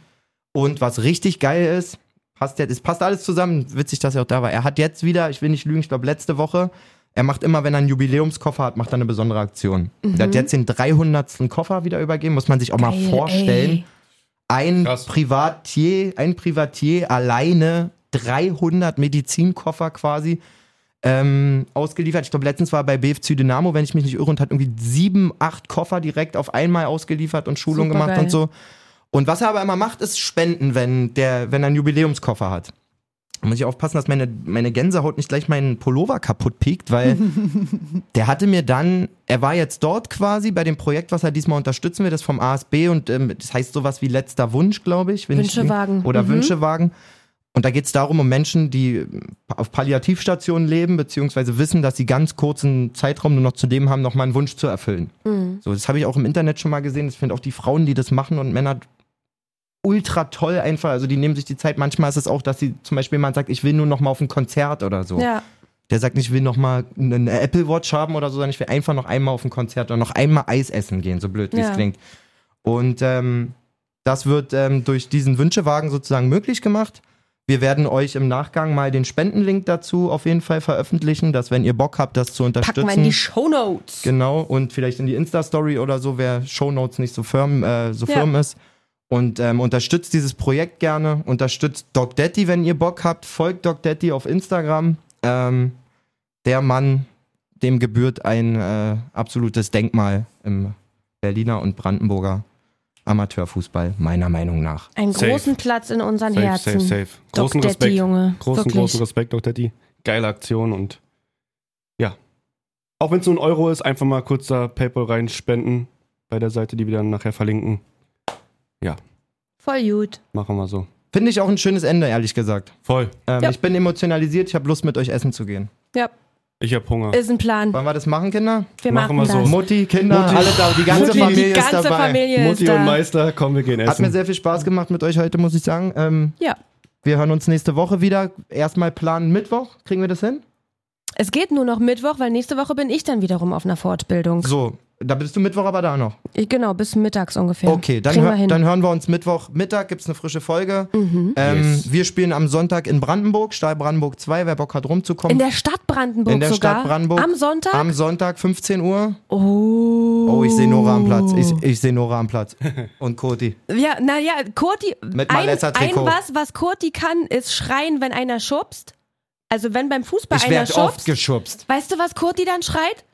Und was richtig geil ist, passt jetzt, es passt alles zusammen. Witzig, dass er auch da war. Er hat jetzt wieder, ich will nicht lügen, ich glaube letzte Woche, er macht immer, wenn er einen Jubiläumskoffer hat, macht er eine besondere Aktion. Der hat jetzt den 300. Koffer wieder übergeben, muss man sich auch Mhm. Geil, mal vorstellen. ey. Ein Krass. Privatier, ein Privatier alleine 300 Medizinkoffer quasi ähm, ausgeliefert. Ich glaube, letztens war er bei BFC Dynamo, wenn ich mich nicht irre, und hat irgendwie sieben, acht Koffer direkt auf einmal ausgeliefert und Schulung Supergeil. gemacht und so. Und was er aber immer macht, ist spenden, wenn, der, wenn er einen Jubiläumskoffer hat. Da muss ich aufpassen, dass meine, meine Gänsehaut nicht gleich meinen Pullover kaputt piekt, weil der hatte mir dann, er war jetzt dort quasi bei dem Projekt, was er diesmal unterstützen will, das vom ASB und ähm, das heißt sowas wie letzter Wunsch, glaube ich. wenn ich- Wünschewagen. Oder Mhm. Wünschewagen. Und da geht es darum, um Menschen, die auf Palliativstationen leben, beziehungsweise wissen, dass sie ganz kurzen Zeitraum nur noch zu dem haben, nochmal einen Wunsch zu erfüllen. So, das habe ich auch im Internet schon mal gesehen. Ich finde auch die Frauen, die das machen und Männer ultra toll einfach. Also die nehmen sich die Zeit. Manchmal ist es auch, dass sie zum Beispiel jemand sagt, ich will nur noch mal auf ein Konzert oder so. Ja, Der sagt nicht, ich will noch mal eine Apple Watch haben oder so, sondern ich will einfach noch einmal auf ein Konzert oder noch einmal Eis essen gehen, so blöd wie Ja. es klingt. Und ähm, das wird ähm, durch diesen Wünschewagen sozusagen möglich gemacht. Wir werden euch im Nachgang mal den Spendenlink dazu auf jeden Fall veröffentlichen, dass wenn ihr Bock habt, das zu packen unterstützen. wir in die Shownotes. Genau, und vielleicht in die Insta-Story oder so, wer Shownotes nicht so firm, äh, so Ja. firm ist. Und ähm, unterstützt dieses Projekt gerne. Unterstützt Doc Daddy, wenn ihr Bock habt. Folgt Doc Daddy auf Instagram. Ähm, der Mann, dem gebührt ein äh, absolutes Denkmal im Berliner und Brandenburger Amateurfußball, meiner Meinung nach. Einen Safe. großen Platz in unseren Safe, Herzen. safe, safe. Doc Großen Daddy, Respekt. Junge. Großen, Wirklich. großen Respekt, Doc Daddy. Geile Aktion und ja. Auch wenn es nur ein Euro ist, einfach mal kurz da PayPal reinspenden bei der Seite, die wir dann nachher verlinken. Voll gut. Machen wir so. Finde ich auch ein schönes Ende, ehrlich gesagt. Voll. Ähm, Ja. Ich bin emotionalisiert, ich habe Lust, mit euch essen zu gehen. Ja, Ich hab Hunger. ist ein Plan. Wollen wir das machen, Kinder? Wir machen, Machen wir so. das. Mutti, Kinder, Mutti. alle da, die ganze Mutti, die Familie Die ist ganze dabei. Familie Mutti ist da. und Meister, komm, wir gehen Hat mir essen. sehr viel Spaß gemacht mit euch heute, muss ich sagen. Ähm, ja. wir hören uns nächste Woche wieder. Erstmal planen Mittwoch. Kriegen wir das hin? Es geht nur noch Mittwoch, weil nächste Woche bin ich dann wiederum auf einer Fortbildung. So, Da bist du Mittwoch aber da noch. Ich- Genau, bis mittags ungefähr. Okay, dann, Kriegen wir hör- hin. Mhm. dann hören wir uns Mittwoch. Mittag gibt es eine frische Folge. Ähm, Yes. Wir spielen am Sonntag in Brandenburg, Stahl Brandenburg 2, wer Bock hat rumzukommen. in der Stadt Brandenburg In der sogar. Stadt Brandenburg. Am Sonntag? Am Sonntag, 15 Uhr. oh. Oh, ich sehe Nora am Platz. Ich, ich sehe Nora am Platz. Und Koti. Ja, naja, Kurti. Mit ein, Malessa ein Trikot. was, was Kurti kann, ist schreien, wenn einer schubst. Also wenn beim Fußball Ich einer werde oft schubst. geschubst. Weißt du, was Kurti dann schreit?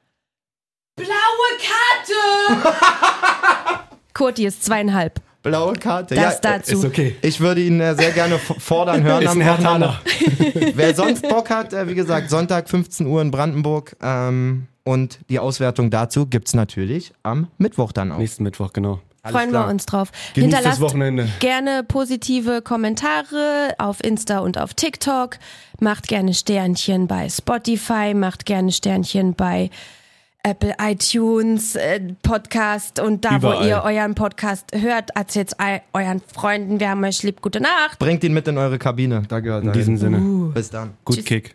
Blaue Karte! Kurti ist zweieinhalb. Blaue Karte. Das ja, dazu. Ist okay. Ich würde ihn äh, sehr gerne f- fordern hören Ist am ein Hertaner. Wochenende. Wer sonst Bock hat, äh, wie gesagt, Sonntag 15 Uhr in Brandenburg. Ähm, und die Auswertung dazu gibt es natürlich am Mittwoch dann auch. Nächsten Mittwoch, genau. Alles Freuen klar. wir uns drauf. Genießt das Hinterlasst Wochenende. gerne positive Kommentare auf Insta und auf TikTok. Macht gerne Sternchen bei Spotify, macht gerne Sternchen bei Apple iTunes äh, Podcast und da, wo Überall. ihr euren Podcast hört, erzählt euren Freunden, wir haben euch lieb, gute Nacht. Bringt ihn mit in eure Kabine. Da gehört In er diesem hin. Sinne. Bis dann. Gut Uh, Tschüss. Kick.